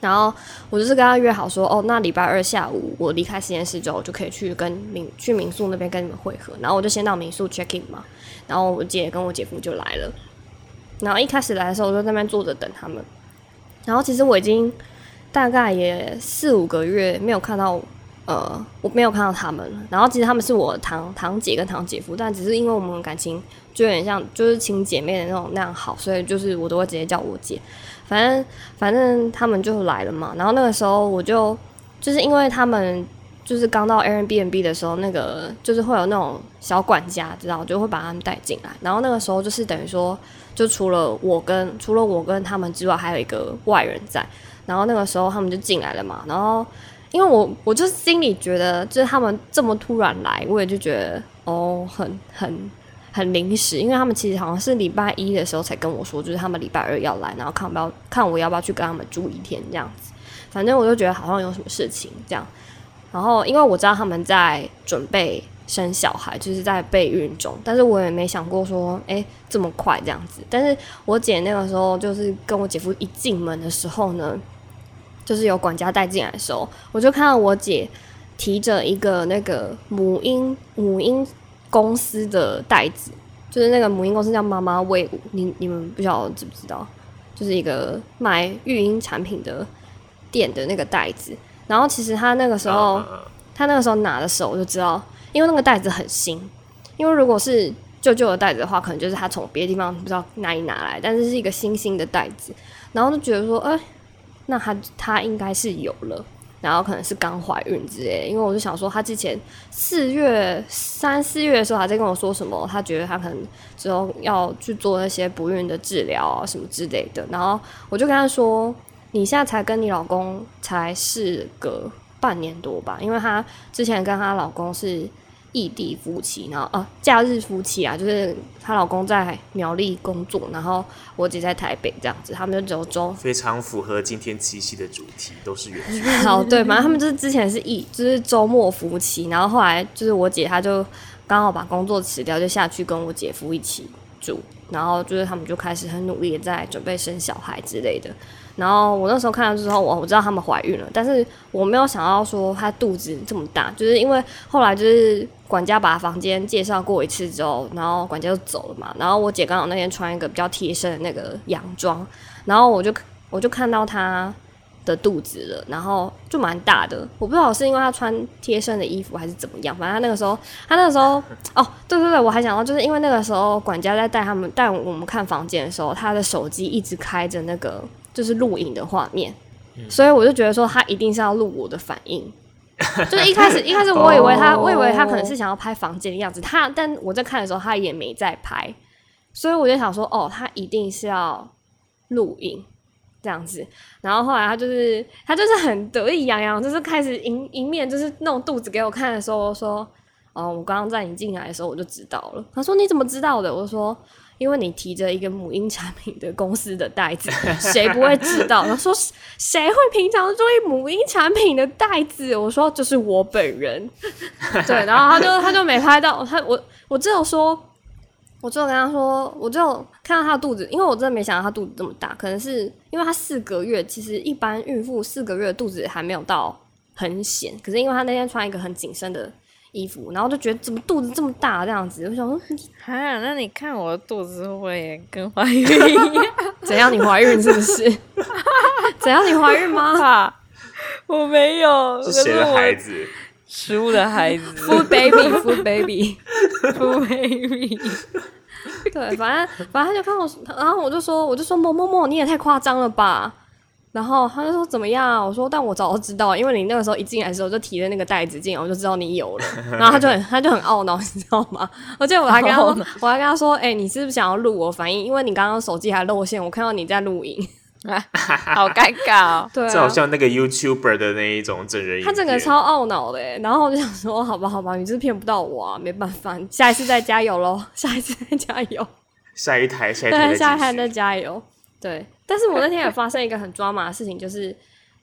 然后我就是跟他约好说，哦，那礼拜二下午我离开实验室之后，就可以去跟民去民宿那边跟你们会合。然后我就先到民宿 check in 嘛，然后我姐跟我姐夫就来了。然后一开始来的时候，我就在那边坐着等他们。然后其实我已经大概也四五个月没有看到，呃，我没有看到他们了。然后其实他们是我的堂堂姐跟堂姐夫，但只是因为我们感情就有点像就是亲姐妹的那种那样好，所以就是我都会直接叫我姐。反正反正他们就来了嘛。然后那个时候我就就是因为他们就是刚到 Airbnb 的时候，那个就是会有那种小管家，知道就会把他们带进来。然后那个时候就是等于说，就除了我跟除了我跟他们之外，还有一个外人在。然后那个时候他们就进来了嘛，然后。因为我我就是心里觉得，就是他们这么突然来，我也就觉得哦，很很很临时，因为他们其实好像是礼拜一的时候才跟我说，就是他们礼拜二要来，然后看我要不要看我要不要去跟他们住一天这样子。反正我就觉得好像有什么事情这样。然后因为我知道他们在准备生小孩，就是在备孕中，但是我也没想过说，哎，这么快这样子。但是我姐那个时候就是跟我姐夫一进门的时候呢，就是有管家带进来的时候，我就看到我姐提着一个那个母婴母婴公司的袋子，就是那个母婴公司叫妈妈喂舞，你你们不知道知不知道？就是一个卖育婴产品的店的那个袋子。然后其实他那个时候，嗯嗯他那个时候拿的时候，我就知道，因为那个袋子很新，因为如果是旧旧的袋子的话，可能就是他从别的地方不知道哪里拿来，但是是一个新新的袋子，然后就觉得说，哎、那他他应该是有了。然后可能是刚怀孕之类的，因为我就想说，他之前四月三四月的时候还在跟我说什么，他觉得他可能之后要去做那些不孕的治疗啊什么之类的。然后我就跟他说，你现在才跟你老公才是个半年多吧，因为她之前跟她老公是异地夫妻，然后呃假日夫妻啊，就是她老公在苗栗工作，然后我姐在台北这样子，他们就只有周非常符合今天七夕的主题，都是远 距。好，对，反正他们就是之前是一就是周末夫妻，然后后来就是我姐她就刚好把工作辞掉，就下去跟我姐夫一起住，然后就是他们就开始很努力的在准备生小孩之类的。然后我那时候看到之后，我我知道他们怀孕了，但是我没有想到说她肚子这么大，就是因为后来就是管家把房间介绍过一次之后，然后管家就走了嘛。然后我姐刚好那天穿一个比较贴身的那个洋装，然后我就我就看到她的肚子了，然后就蛮大的。我不知道是因为她穿贴身的衣服还是怎么样，反正她那个时候，她那个时候，哦，对对对，我还想到，就是因为那个时候管家在带他们带我们看房间的时候，他的手机一直开着那个就是录影的画面，所以我就觉得说他一定是要录我的反应。就是一开始，一开始我以为他，我以为他可能是想要拍房间的样子，他但我在看的时候他也没在拍，所以我就想说，哦，他一定是要录影这样子。然后后来他就是他就是很得意洋洋，就是开始迎迎面就是弄肚子给我看的时候，我说：“哦，我刚刚在你进来的时候我就知道了。”他说：“你怎么知道的？”我说：“因为你提着一个母婴产品的公司的袋子，谁不会知道？”他说：“谁会平常注意母婴产品的袋子？”我说：“就是我本人。”对，然后他就他就没拍到他，我我只有说。我只有跟他说，我只有看到他的肚子，因为我真的没想到他肚子这么大，可能是因为他四个月，其实一般孕妇四个月的肚子还没有到很显，可是因为他那天穿一个很紧身的衣服，然后就觉得怎么肚子这么大这样子，我想说 你哈、那你看我的肚子会不会也跟怀孕一样怎样你怀孕是不是？ 怎样你怀孕 吗啊？我没有，是谁的孩子？食物的孩子 ？Food baby，food baby。 不 baby，对，反正反正他就看我，然后我就说，我就说某某某，你也太夸张了吧。然后他就说怎么样啊？我说但我早就知道，因为你那个时候一进来的时候就提着那个袋子进来，我就知道你有了。然后他就很他就很懊恼， 你知道吗？而且我还跟他说懊恼，我还跟他说，哎、你是不是想要录我反应？因为你刚刚手机还露馅，我看到你在录影。好尴尬哦。对这好啊，像那个 YouTuber 的那一种整人影片，他整个超懊恼的、欸。然后我就想说，好吧，好吧，你就是骗不到我啊，没办法，下一次再加油喽， 下一次再加油。下一台下一台对，再 下一继续还在加油。对，但是我那天也发生一个很抓马的事情，就是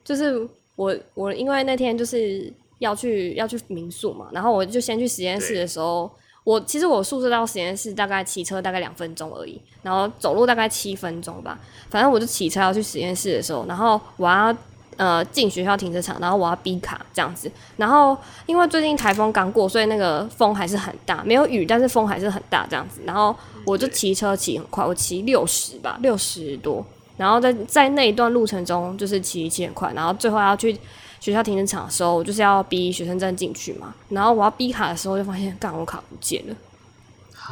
就是我我因为那天就是要去要去民宿嘛，然后我就先去实验室的时候，我其实我宿舍到实验室大概骑车大概两分钟而已，然后走路大概七分钟吧，反正我就骑车要去实验室的时候，然后我要。呃，进学校停车场，然后我要逼卡这样子，然后因为最近台风刚过，所以那个风还是很大，没有雨，但是风还是很大这样子。然后我就骑车骑很快，我骑六十吧，六十多。然后在在那一段路程中，就是骑骑很快，然后最后要去学校停车场的时候，我就是要逼学生证进去嘛。然后我要逼卡的时候，就发现干我卡不见了。啊，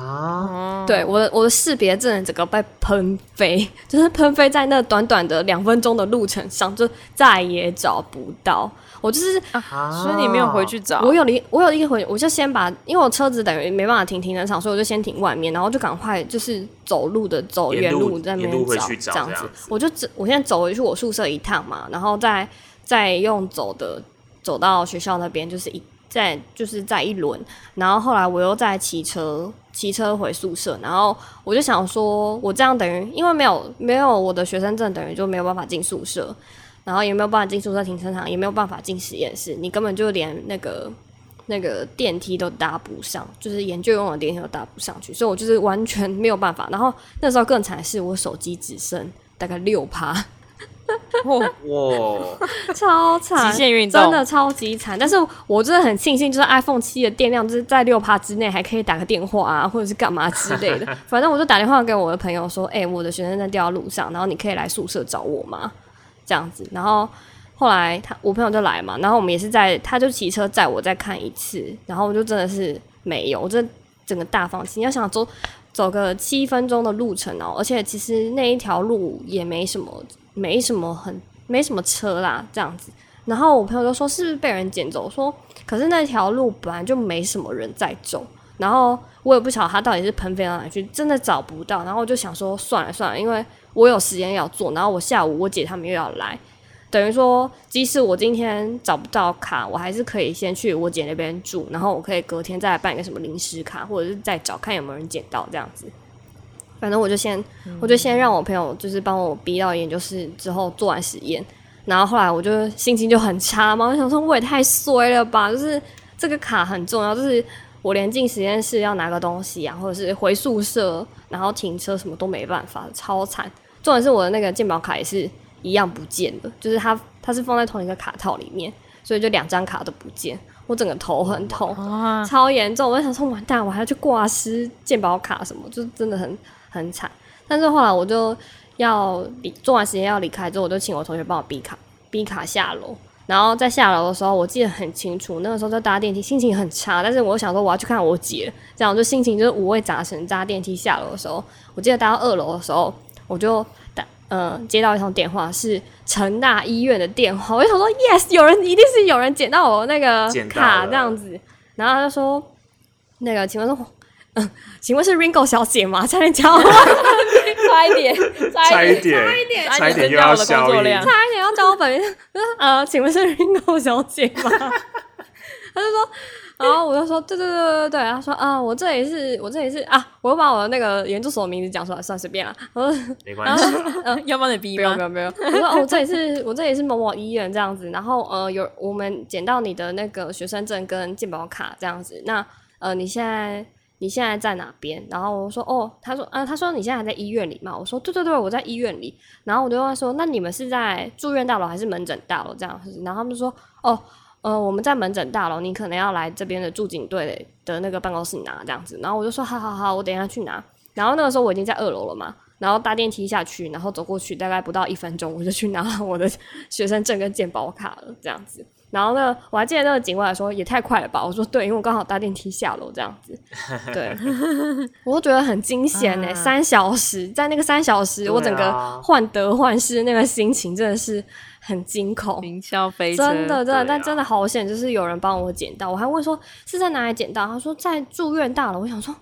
哦对，我的我的识别证整个被喷飞，就是喷飞在那短短的两分钟的路程上，就再也找不到。我就是啊所以你没有回去找。我有离，我有一个回，我就先把，因为我车子等于没办法停停车场，所以我就先停外面，然后就赶快就是走路的走沿原路在那沿边路回找去找这样这子样子。我就只我现在走回去我宿舍一趟嘛，然后再再用走的走到学校那边，就是一再就是再一轮，然后后来我又再骑车骑车回宿舍，然后我就想说，我这样等于因为没有没有我的学生证，等于就没有办法进宿舍，然后也没有办法进宿舍停车场，也没有办法进实验室，你根本就连那个那个电梯都搭不上，就是研究用的电梯都搭不上去，所以我就是完全没有办法。然后那时候更惨的是，我手机只剩大概六趴，哦哇， 超惨，极限运动真的超级惨。但是我真的很庆幸，就是 iPhone 七的电量就是在六趴之内，还可以打个电话啊，或者是干嘛之类 的。反正我就打电话给我的朋友说，哎、我的学生证掉到路上，然后你可以来宿舍找我吗？这样子，然后。后来他我朋友就来嘛，然后我们也是在，他就骑车载我再看一次，然后我就真的是没有，我这整个大放弃。你要想走走个七分钟的路程哦，而且其实那一条路也没什么，没什么很没什么车啦，这样子。然后我朋友就说是不是被人捡走？我说可是那条路本来就没什么人在走，然后我也不晓得他到底是喷飞到哪里去，真的找不到。然后我就想说算了算了，因为我有时间要做，然后我下午我姐他们又要来，等于说即使我今天找不到卡，我还是可以先去我姐那边住，然后我可以隔天再来办一个什么临时卡，或者是再找看有没有人捡到这样子。反正我就先，我就先让我朋友就是帮我逼到研究室之后做完实验，然后后来我就心情就很差嘛，我想说我也太衰了吧，就是这个卡很重要，就是我连进实验室要拿个东西啊，或者是回宿舍，然后停车什么都没办法，超惨。重点是我的那个健保卡也是一样不见了，就是它它是放在同一个卡套里面，所以就两张卡都不见，我整个头很痛。啊，超严重。我就想说，完蛋，我还要去挂失健保卡什么，就是真的很很惨。但是后来我就要离做完实验要离开之后，我就请我同学帮我逼卡，逼卡下楼。然后在下楼的时候，我记得很清楚，那个时候在搭电梯，心情很差，但是我想说我要去看我姐，这样我就心情就是五味杂陈。搭电梯下楼的时候，我记得搭到二楼的时候，我就打呃接到一通电话，是成大医院的电话，我就想说 yes，有人一定是有人捡到我那个捡到卡了这样子，然后他就说那个请问是、嗯请问是 Ringo 小姐吗？差点讲到差一点，差一，点，差一点又要增加我的工消作音，量差一点要讲我本名，我说呃，请问是 Ringo 小姐吗？他就说，然后我就说，对对对对对，他说啊、我这里是，我这里是啊，我又把我的那个研究所的名字讲出来，算随便了。我说没关系，嗯呃要帮你逼不用吗不？用不用， 我说哦，我这里是，我这里是某某医院这样子，然后呃，有我们捡到你的那个学生证跟健保卡这样子，那呃，你现在你现在在哪边？然后我说哦，他说啊、他说你现在还在医院里嘛？我说对对对，我在医院里。然后我就问他说，那你们是在住院大楼还是门诊大楼这样子？然后他们就说哦。呃，我们在门诊大楼，你可能要来这边的驻警队的那个办公室拿这样子。然后我就说，好好好，我等一下去拿。然后那个时候我已经在二楼了嘛，然后搭电梯下去，然后走过去大概不到一分钟，我就去拿我的学生证跟健保卡了，这样子。然后呢，我还记得那个警官还说也太快了吧，我说对，因为我刚好搭电梯下楼这样 子，对，我都觉得很惊险呢、啊三小时，在那个三小时，对啊我整个患得患失，那个心情真的是很惊恐。云霄飞车，真的，真对啊的，但真的好险，就是有人帮我捡到。我还问说是在哪里捡到，他说在住院大楼。我想说，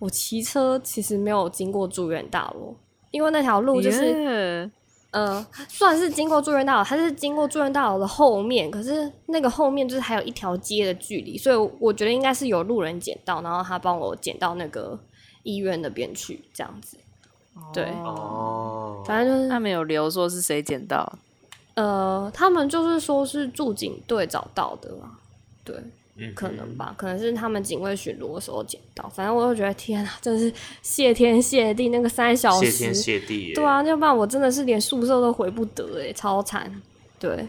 我骑车其实没有经过住院大楼，因为那条路就是耶呃，算是经过住院大楼，它是经过住院大楼的后面，可是那个后面就是还有一条街的距离，所以我觉得应该是有路人捡到，然后他帮我捡到那个医院那边去，这样子。对哦，哦， 反正就是他们有留说是谁捡到，呃，他们就是说是驻警队找到的啦，对，嗯可能吧，可能是他们警卫巡逻的时候捡到。反正我就觉得天啊，真是谢天谢地，那个三小时，谢天谢地耶，对啊，要不然我真的是连宿舍都回不得哎、超惨，对。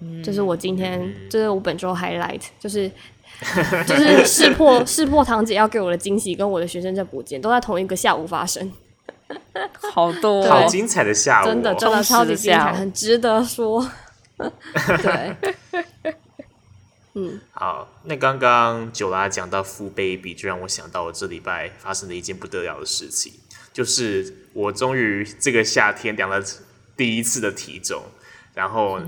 嗯就是我今天嗯，就是我本周 highlight，就是就是识破识破堂姐要给我的惊喜，跟我的学生证不见，都在同一个下午发生，好多哦、好精彩的下午哦，真的真的充实超级精下彩，午很值得说。 对，嗯，好，那刚刚九拉讲到父 baby，就让我想到我这礼拜发生的一件不得了的事情，就是我终于这个夏天量了第一次的体重，然 后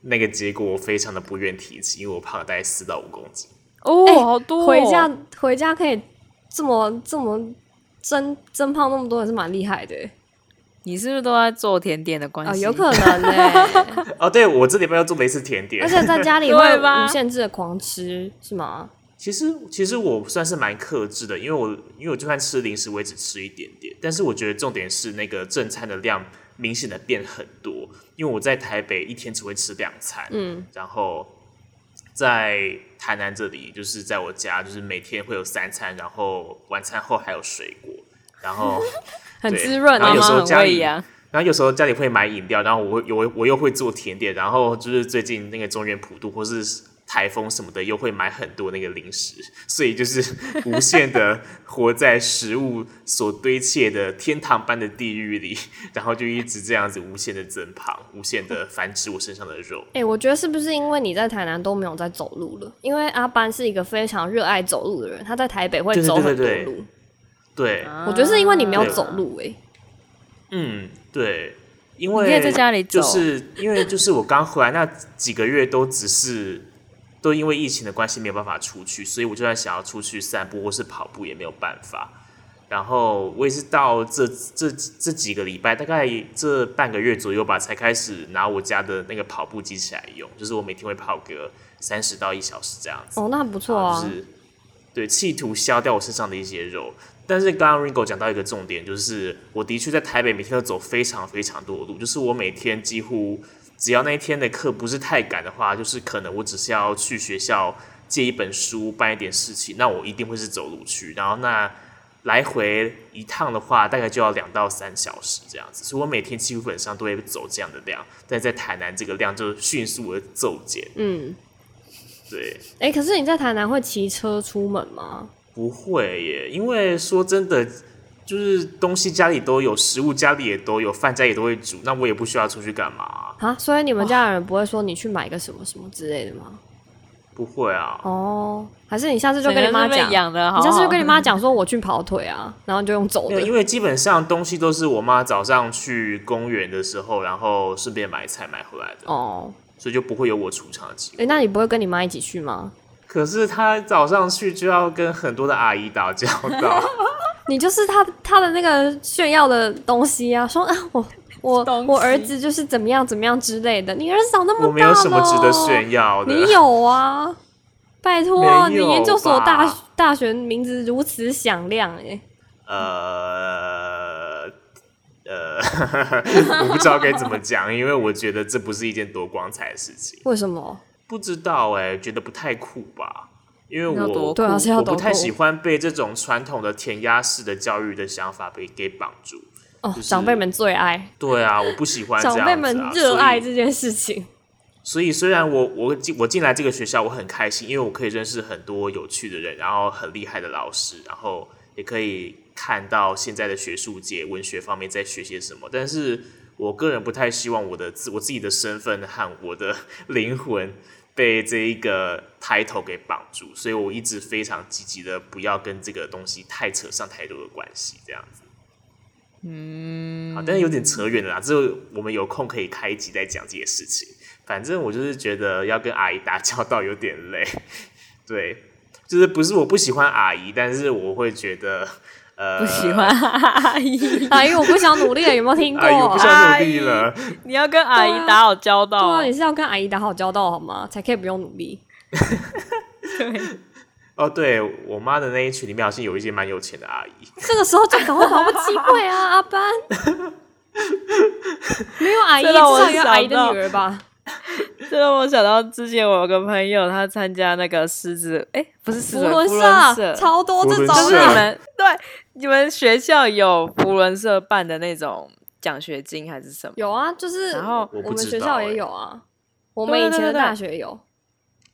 那个结果我非常的不愿提起，因为我胖了大概四到五公斤。哦，哎好多、哦，回家回家可以这么这么增增胖那么多也是蛮厉害的欸你是不是都在做甜点的关系？啊，有可 能呢，哦，对，我这礼拜又做了一次甜点而。且在家里会对吧无限制的狂吃是吗？其实其实我算是蛮克制的，因为我因为我就算吃零食，我也只吃一点点。但是我觉得重点是那个正餐的量明显的变很多，因为我在台北一天只会吃两餐，嗯，然后在台南这里，就是在我家，就是每天会有三餐，然后晚餐后还有水果，然后很对滋然润妈后啊有，时妈候很家会里养，然后有时候家里会买饮料，然后我会我会我又会做甜点，然后就是最近那个中原普渡或是台风什么的，又会买很多那个零食，所以就是无限的活在食物所堆砌的天堂般的地狱里，然后就一直这样子无限的增胖，无限的繁殖我身上的肉。哎、我觉得是不是因为你在台南都没有在走路了？因为阿班是一个非常热爱走路的人，他在台北会对对走很对多路。对对，我觉得是因为你没有啊对走路哎、嗯，对，因你可为以在家里就走是因为就是我刚回来那几个月都只是都因为疫情的关系没有办法出去，所以我就算想要出去散步或是跑步也没有办法。然后我也是到这这这几个礼拜，大概这半个月左右吧，才开始拿我家的那个跑步机起来用，就是我每天会跑个三十到一小时这样子。哦，那不错然啊后就。是对，企图消掉我身上的一些肉。但是刚刚 Ringo 讲到一个重点，就是我的确在台北每天都走非常非常多的路，就是我每天几乎只要那一天的课不是太赶的话，就是可能我只是要去学校借一本书，办一点事情，那我一定会是走路去。然后那来回一趟的话，大概就要两到三小时这样子，所以我每天基本上都会走这样的量，但在台南这个量就迅速的骤减。嗯，对，哎、可是你在台南会骑车出门吗？不会耶，因为说真的，就是东西家里都有，食物家里也都有，饭家也都会煮，那我也不需要出去干嘛。啊，所以你们家人不会说你去买个什么什么之类的吗？不会啊，哦，还是你下次就跟你整妈个是讲被，养的好好，你下次就跟你哦妈讲说我去跑腿啊，然后就用走嗯没有，的。因为基本上东西都是我妈早上去公园的时候，然后顺便买菜买回来的，哦，所以就不会有我出场的机哎、会。那你不会跟你妈一起去吗？可是她早上去就要跟很多的阿姨打交 道，你就是他他的那个炫耀的东西啊，说啊我我东西我儿子就是怎么样怎么样之类的，你儿子长那么大我没有什么值得炫耀耀的。你有啊？拜托，啊没你有研究所大吧大学名字如此响亮、欸，呃呃， 我不知道该怎么讲，因为我觉得这不是一件多光彩的事情。为什么？不知道哎、觉得不太酷吧？因为要多我酷对啊，是要我抖不太够喜欢被这种传统的填鸭式的教育的想法被给绑住。哦就，是长辈们最爱，对啊，我不喜欢这样长子、啊。辈们热爱所以这件事情。所以虽然我我进我进来这个学校，我很开心，因为我可以认识很多有趣的人，然后很厉害的老师，然后也可以看到现在的学术界、文学方面在学些什么。但是我个人不太希望我的自我自己的身份和我的 灵魂被这一个 title 给绑住，所以我一直非常积极的不要跟这个东西太扯上太多的关系，这样子。嗯，好，但是有点扯远了啦，之后我们有空可以开一集再讲这些事情。反正我就是觉得要跟阿姨打交道有点累，对，就是不是我不喜欢阿姨，但是我会觉得呃不喜 欢阿姨，阿姨，啊我不想努力了，有没有听过？阿姨，我啊不想想努力了。你要跟阿姨打好交道。哦对啊，你是要跟阿姨打好交道好吗？才可以不用努力。对哦，对我妈的那一群里面好像有一些蛮有钱的阿姨，这个时候就赶快把握机会啊，阿班！没有阿姨，这至让我少有阿姨想到的女儿吧？这让我想到之前我有个朋友，他参加那个狮子，哎，不是狮福子，伦社，啊超多福这伦种就是你社啊，们对你们学校有福伦社办的那种奖学金还是什么？有啊，就是然后我不我们知学道校欸也有啊，我们以前对对对的对大学有。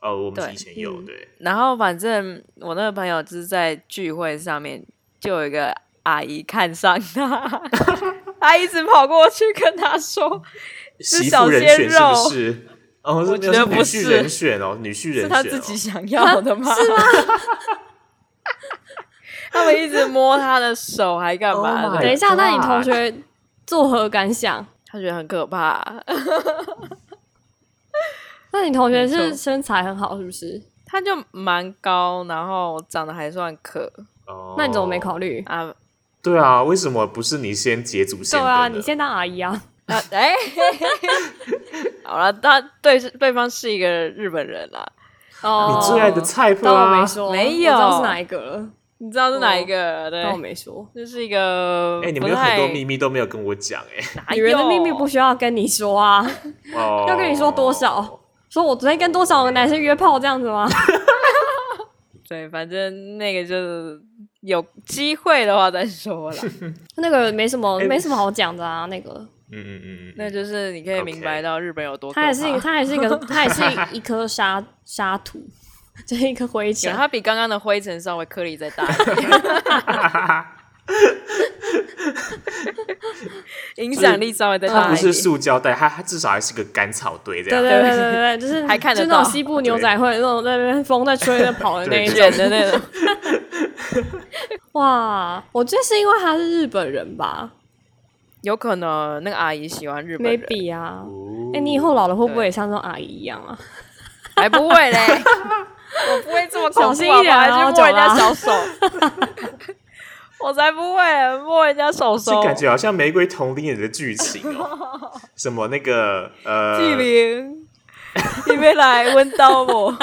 哦，我们对以前有嗯对，然后反正我那个朋友就是在聚会上面，就有一个阿姨看上他， 他一直跑过去跟他说，媳小妇人鲜选是肉不是？ 哦，我是觉没得有女不婿是人选哦，女婿人是选、哦、他自己想要的吗？是吗？ 他们一直摸他的手，还干嘛 Oh 的 my 等一下， God 那你同学作何感想？他觉得很可怕。 那你同学没是错身材很好，是不是？他就蛮高，然后长得还算可哦，那你怎么没？考虑？啊对啊，为什么不是你先解组对先啊，的呢你先当阿姨啊。啊！哎、 好了，他对对方是一个日本人啦，哦，你最爱的菜谱当我啊没！说，没我知有道是哪一个了，你知道是哪一个？对当我，没说。就是一个哎、你不们有很多太秘密都没有跟我讲哎、哪女人的有秘密不需要跟你 说啊，哦，要跟你说多哦少？说我昨天跟多少个男生约炮这样子吗？ 对，反正那个就是有机会的话再说 了。那个没什么，哎没什么好讲的啊。那个嗯嗯嗯嗯，那就是你可以明白 OK 到日本有多可他怕。也是一个，他也是一 个，他也是一颗沙沙土， 就是一颗灰有尘。它比刚刚的灰尘稍微颗粒再大一点， 影响力稍微再它大不一是点。塑胶袋，它它至少还是个干草堆这对样。哎对对对对，对就 是还看得就那到种西部牛仔会那种在那边风 在吹在跑的那一种。卷的那种，哇，我觉得是因为他是日本人吧有可能那个阿姨喜欢日本人，maybe 啊。哦哎、你以后老了会不对会也像这种阿姨一样啊？还不会 嘞，我不会这么恐怖小心一点好不好还去啊摸人走家啦小手， 我才不会摸人家手手这，感觉好像《玫瑰同龄人》的剧情哦， 什么那个呃，志明，你别来问到我，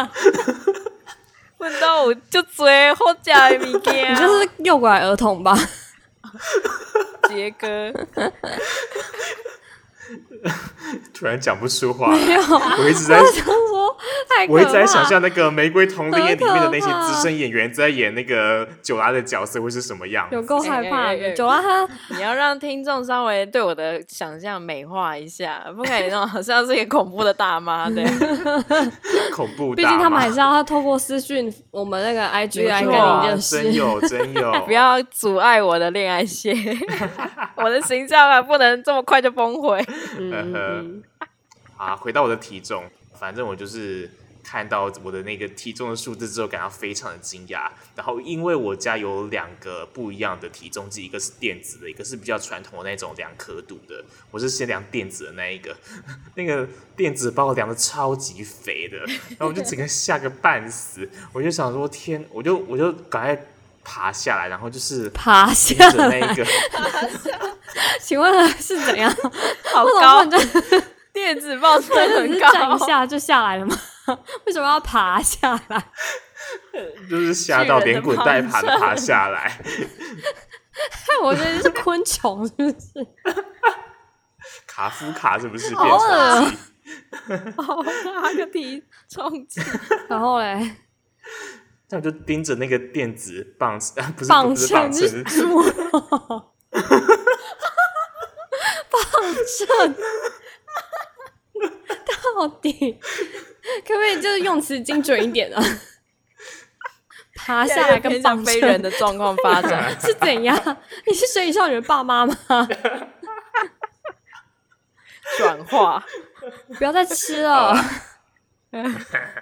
问到我就追好食的物件，你就是诱拐儿童吧？ 杰哥，突然讲不出话来，没有，我一直 在，想说太可怕。我一直在想象那个《玫瑰同龄人》里面的那 很可怕些资深演员在演那个九拉的角色会是什么样？有够害怕哎哎哎哎的。九 拉他你要让听众稍微对我的想象美化一下，不可以那种好像是一个恐怖的大妈对，恐怖毕大妈，竟他们还是要他透过私讯我们那个 IG 来跟没你错啊认真 识。有真有，不要阻碍我的恋爱线，我的形象啊不能这么快就崩毁。 嗯，嗯啊，回到我的体重，反正我就是看到我的那个体重的数字之后，感到非常的惊讶。然后因为我家有两个不一样的体重计，一个是电子的，一个是比较传统的那种量刻度的。我是先量电子的那一个， 那个电子把我量的超级肥的，然后我就整个吓个半死。我就想说，天，我就我就赶快爬下来，然后就是爬盯下着那来，一 个。请问是怎样？好为什么高不，能就电子报真的只很是高，站一下就下来了吗？ 为什么要爬下来？ 就是吓到巨人连的滚带庞爬的爬下来，看我觉得是昆虫，是不是？卡夫卡是不是好变恶啊成鸡？好大个体重计，然后嘞，那我就盯着那个电子棒，啊、不是棒不是秤棒是秤，是猪，棒秤， 到底可不可以就是用词精准一 点啊？爬下来跟偏棒向秤非人 的状况发展。是怎样？你是水以少女的爸妈吗？转化。不要再吃哦了。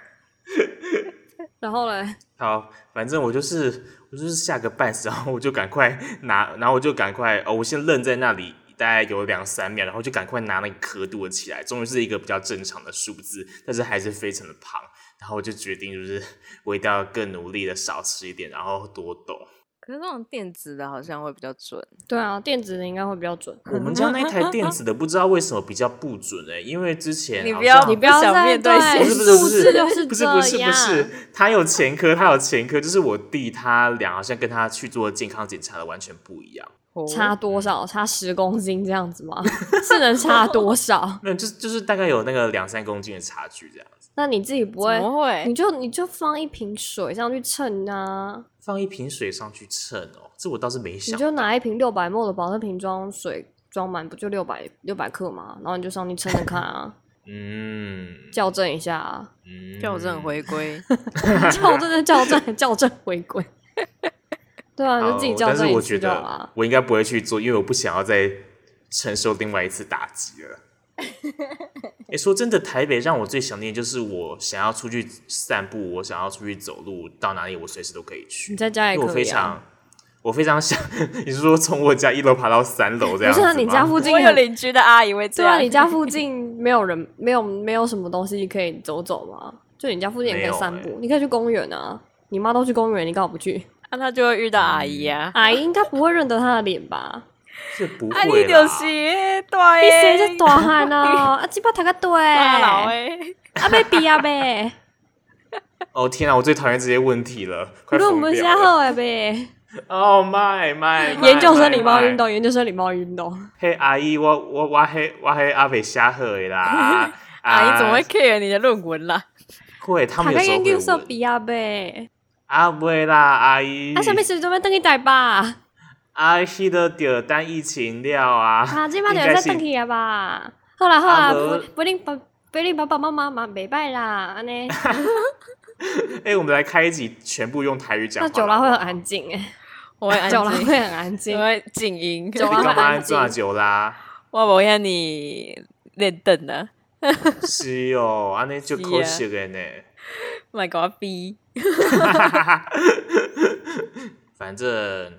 然后嘞，好，反正我就是我就是吓个半死，然后我就赶快拿，然后我就赶快哦，我先愣在那里大概有两三秒，然后就赶快拿那个壳躲起来，终于是一个比较正常的数字，但是还是非常的胖，然后我就决定就是我一定要更努力的少吃一点，然后多动。可是那种电子的好像会比较准，对啊，电子的应该会比较准。我们家那一台电子的不知道为什么比较不准哎、因为之前你好不要像你不要想想面面对对不现现实是不是不数是字就是不是不这是样不是，他有前科，他有前科，就是我弟他俩好像跟他去做健康检查的完全不一样。哦差嗯多少？差十公斤这样子吗？ 是能差多少？没有，就是就是大概有那个两三公斤的差距这样子。那你自己不怎会？么会你？就你就放一瓶水上去称啊，放一瓶水上去称哦，这我倒是没你想。就拿一瓶六百沫的保特瓶装水装满，不就六百六百克吗？然后你就上去称称看啊，嗯，校正一下 啊， 嗯校正回归，校正再校正，校正回归。对啊，你就好自己校但正是一我次觉就好啊得。我应该不会去做，因为我不想要再承受另外一次打击 了。哎、说真的，台北让我最想念就是我想要出去散步，我想要出去走路，到哪里我随时都可以去你。在家也因为我可非以啊。常，我非常想， 你是说从我家一楼爬到三楼这样子不是吗？啊，你家附近我有很邻居的阿姨会这对样。啊，你家 附近没有人， 没有没有什么东西可以走走吗？就你家附近也可没有以散步，欸你可以去公园啊。你妈都去公园，你干嘛不 去？那啊他就会遇到阿姨啊。阿姨应该不会认得她的脸 吧？是不啊，你会就啦。是哎大你谁在诶，大汉 啊？哎啊，鸡巴头个对，大佬啊诶，被逼啊呗，哦天啊，我最讨厌这些问题了， 快论疯文掉下了！好的 呗。哦，my my，研究生礼貌运。 my，my 动，研究生礼貌运动。嘿阿姨，我我我嘿我嘿阿北下好的 啦。 阿姨怎么会啊 care 你的论文啦？会？他们有读时候研会究生问。嗯比啊呗，啊袂啦，阿姨啊，。啥物时阵要登去台 北？啊，啊，迄个着等疫情了啊。即摆就 应要该再是登去啊吧。好啦好啦，啊不无不恁爸，不恁爸爸妈妈嘛袂歹啦，安尼。哎，我们来开一集，全部用台语讲那话。久拉会很安静哎，我 会安久拉静，啊会很安静我。会静音。久你拉干会嘛安安怎静。久啦？ 我无让你练凳啊，是哦，安尼就可惜的呢。 莫甲我逼。反正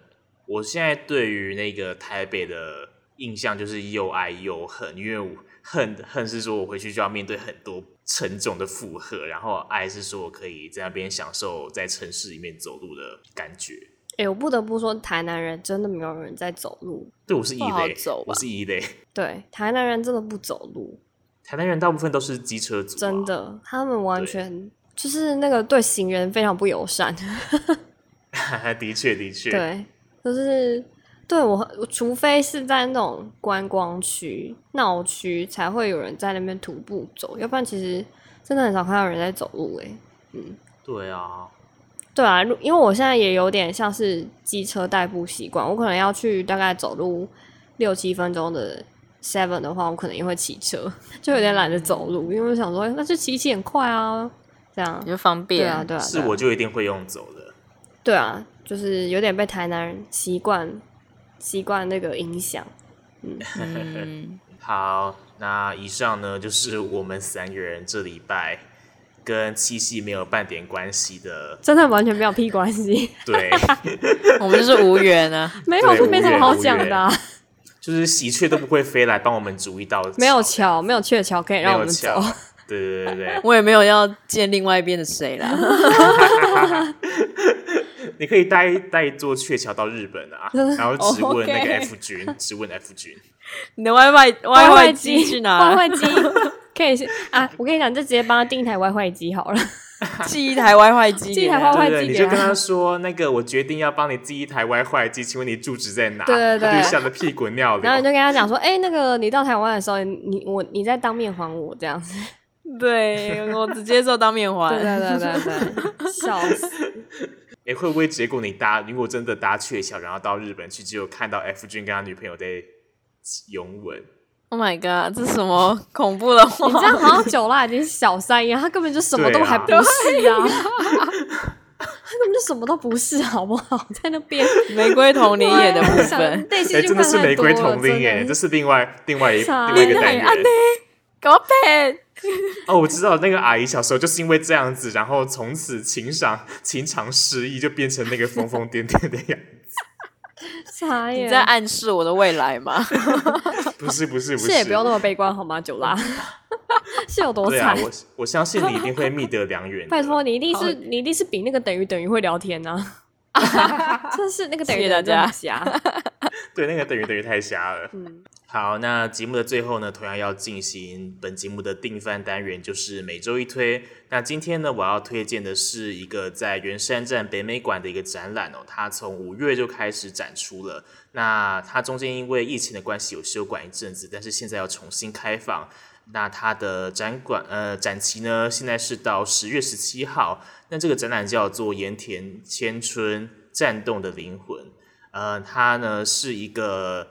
我现在对于那个台北的印象就是又爱又恨，因为我恨恨是说我回去就要面对很多沉重的负荷，然后爱是说我可以在那边享受在城市里面走路的感觉。哎、我不得不说，台南人真的没有人在走路。对，我是一不好类走吧，我是一类。对，台南人真的不走路，台南人大部分都是机车族、啊真，的，他们完全就是那个对行人非常不友 善。的确的确，对，就是对我，我除非是在那种观光区、闹区才会有人在那边徒步走，要不然其实真的很少看到有人在走路、欸。嗯，对啊，对啊，如因为我现在也有点像是机车代步习惯，我可能要去大概走路六七分钟的 Seven 的话，我可能也会骑车，就有点懒得走路，因为我想说哎那就骑一骑很快啊，这样你。就方对便啊，对啊，是对啊我就一定会用走的。对啊，就是有点被台南人习惯习惯那个影响。嗯，好，那以上呢就是我们三个人这礼拜跟七夕没有半点关系的，真的完全没有屁关系， 对，我们就是无缘啊。没有对没什么好讲的、啊，就是喜鹊都不会飞来帮我们煮一道菜，没有桥，没有鹊桥可以没让我有们走桥。，对对对我也没有要见另外一边的谁啦。 对，你可以带带一座鹊桥到日本 啊，然后哦直问那个 OK F 君，直问 F 君，你的 WiFi WiFi 机去哪？外 i 机 可以先啊！我跟你讲，就直接帮他订一台 WiFi 机好了。寄一台 WiFi 机寄一给台他，对 WiFi 对，机你给就跟 他他说，那个我决定要帮你寄一台 WiFi 机，请问你住址在哪？对对对他就吓得屁滚尿然后你流就。跟他讲说：“哎、那个你到台湾的时候，你我你再当面还我这样子。 对我只接受当面”还。对对对对对， 笑死！哎、会不会结果你搭，如果真的搭鹊桥，然后到日本去，只有看到 F 君跟他女朋友在拥吻？ Oh my god，这是什么恐怖的你这话？样好像啊九辣已经是小三一样，他根本就什么对都啊还不是啊，他根本就什么都不是，好不好？在那边 玫瑰同啊林演的部 我想分，内哎、心就真的是看太玫多瑰了同真林的哎耶，这是另外另外一啥另外一个你单哪里元啊安呢搞配哦。我知道那个阿姨小时候就是因为这样子，然后从此情场情场失意，就变成那个疯疯癫癫的样子。傻眼。你在暗示我的未来吗？不是不是 不是也不用那么悲观好吗？九拉 是有多对啊惨？，我我相信你一定会觅得良缘的。 拜托，你一定是好你一定是比那个等于等于会聊天 呐、啊，真是那个等于谢谢大家家。对，那个等于等于太瞎了。嗯，好，那节目的最后呢，同样要进行本节目的定番单元，就是每周一推。那今天呢，我要推荐的是一个在圆山站北美馆的一个展览哦，它从五月就开始展出了。那它中间因为疫情的关系有休馆一阵子，但是现在要重新开放。那它的展馆呃展期呢，现在是到十月十七号。那这个展览叫做《盐田千春战动的灵魂》，呃，它呢是一个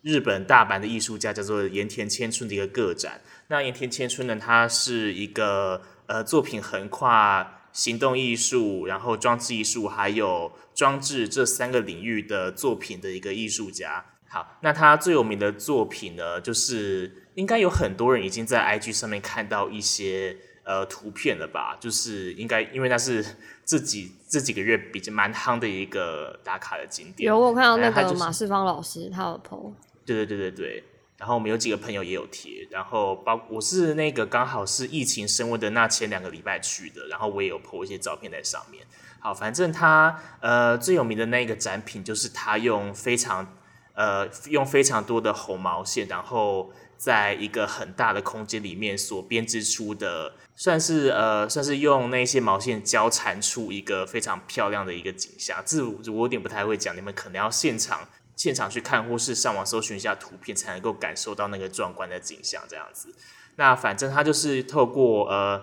日本大阪的艺术家叫做盐田千春的一个个展。那盐田千春呢，他是一个呃作品横跨行动艺术、然后装置艺术还有装置这三个领域的作品的一个艺术家。好，那他最有名的作品呢，就是应该有很多人已经在 IG 上面看到一些呃图片了吧？就是应该因为那是这几这几个月比较蛮夯的一个打卡的景点。有我看到那哎他就个是马世芳老师，他有 PO，对对对对对。然后我们有几个朋友也有贴，然后包我是那个刚好是疫情升温的那前两个礼拜去的，然后我也有 po 一些照片在上面。好，反正他呃最有名的那个展品就是他用非常呃用非常多的红毛线，然后在一个很大的空间里面所编织出的，算是呃算是用那些毛线交缠出一个非常漂亮的一个景象。这我我有点不太会讲，你们可能要现场现场去看，或是上网搜寻一下图片，才能够感受到那个壮观的景象这样子。那反正它就是透过呃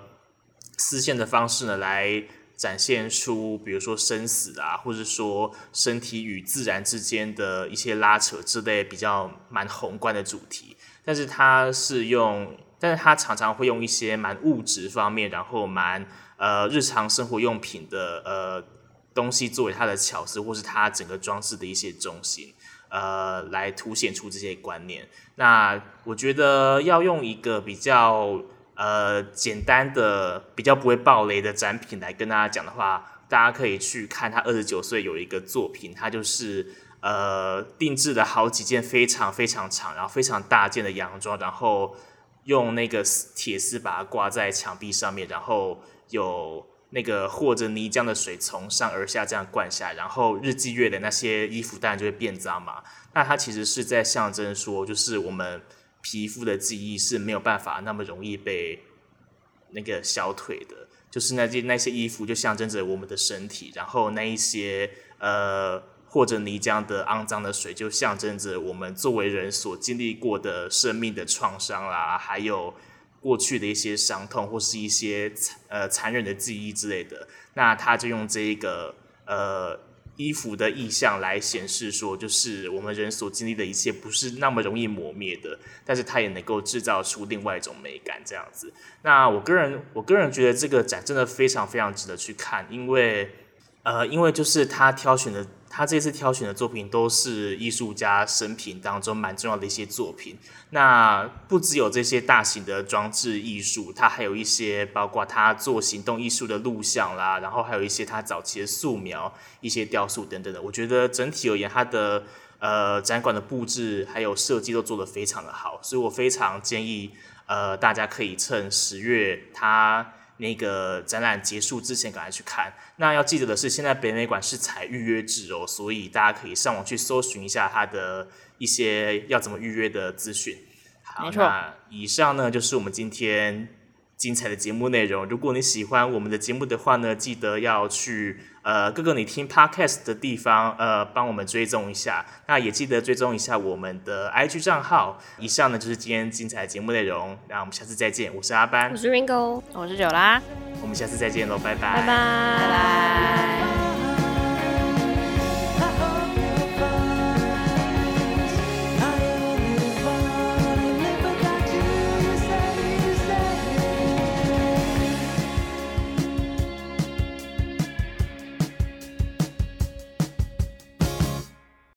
丝线的方式呢，来展现出比如说生死啊，或者说身体与自然之间的一些拉扯之类比较蛮宏观的主题。但是它是用，但是它常常会用一些蛮物质方面，然后蛮呃日常生活用品的呃东西作为它的巧思，或是它整个装饰的一些中心。呃，来凸显出这些观念。那我觉得要用一个比较呃简单的、比较不会爆雷的展品来跟大家讲的话，大家可以去看他二十九岁有一个作品，他就是呃定制了好几件非常非常长，然后非常大件的洋装，然后用那个丝铁丝把它挂在墙壁上面，然后有。那个和着泥浆的水从上而下这样灌下来，然后日积月累，那些衣服当然就会变脏嘛。那它其实是在象征说，就是我们皮肤的记忆是没有办法那么容易被那个消退的，就是那件那些衣服就象征着我们的身体，然后那一些呃或者泥浆的肮脏的水就象征着我们作为人所经历过的生命的创伤啦，还有过去的一些伤痛或是一些残呃残忍的记忆之类的。那他就用这一个呃衣服的意象来显示说，就是我们人所经历的一切不是那么容易磨灭的，但是它也能够制造出另外一种美感这样子。那我个人我个人觉得这个展真的非常非常值得去看，因为呃，因为就是他挑选的，他这次挑选的作品都是艺术家生平当中蛮重要的一些作品。那不只有这些大型的装置艺术，它还有一些包括他做行动艺术的录像啦，然后还有一些他早期的素描、一些雕塑等等的。我觉得整体而言，它的呃展馆的布置还有设计都做得非常的好，所以我非常建议呃大家可以趁十月它那个展览结束之前赶快去看。那要记得的是，现在北美馆是采预约制哦，所以大家可以上网去搜寻一下它的一些要怎么预约的资讯。好，没错那以上呢就是我们今天精彩的节目内容。如果你喜欢我们的节目的话呢，记得要去呃各个你听 podcast 的地方呃帮我们追踪一下。那也记得追踪一下我们的 IG 账号。以上呢就是今天精彩的节目内容。那我们下次再见，我是阿班 我，是 Ringo，我是九啦，我们下次再见喽，拜拜拜拜。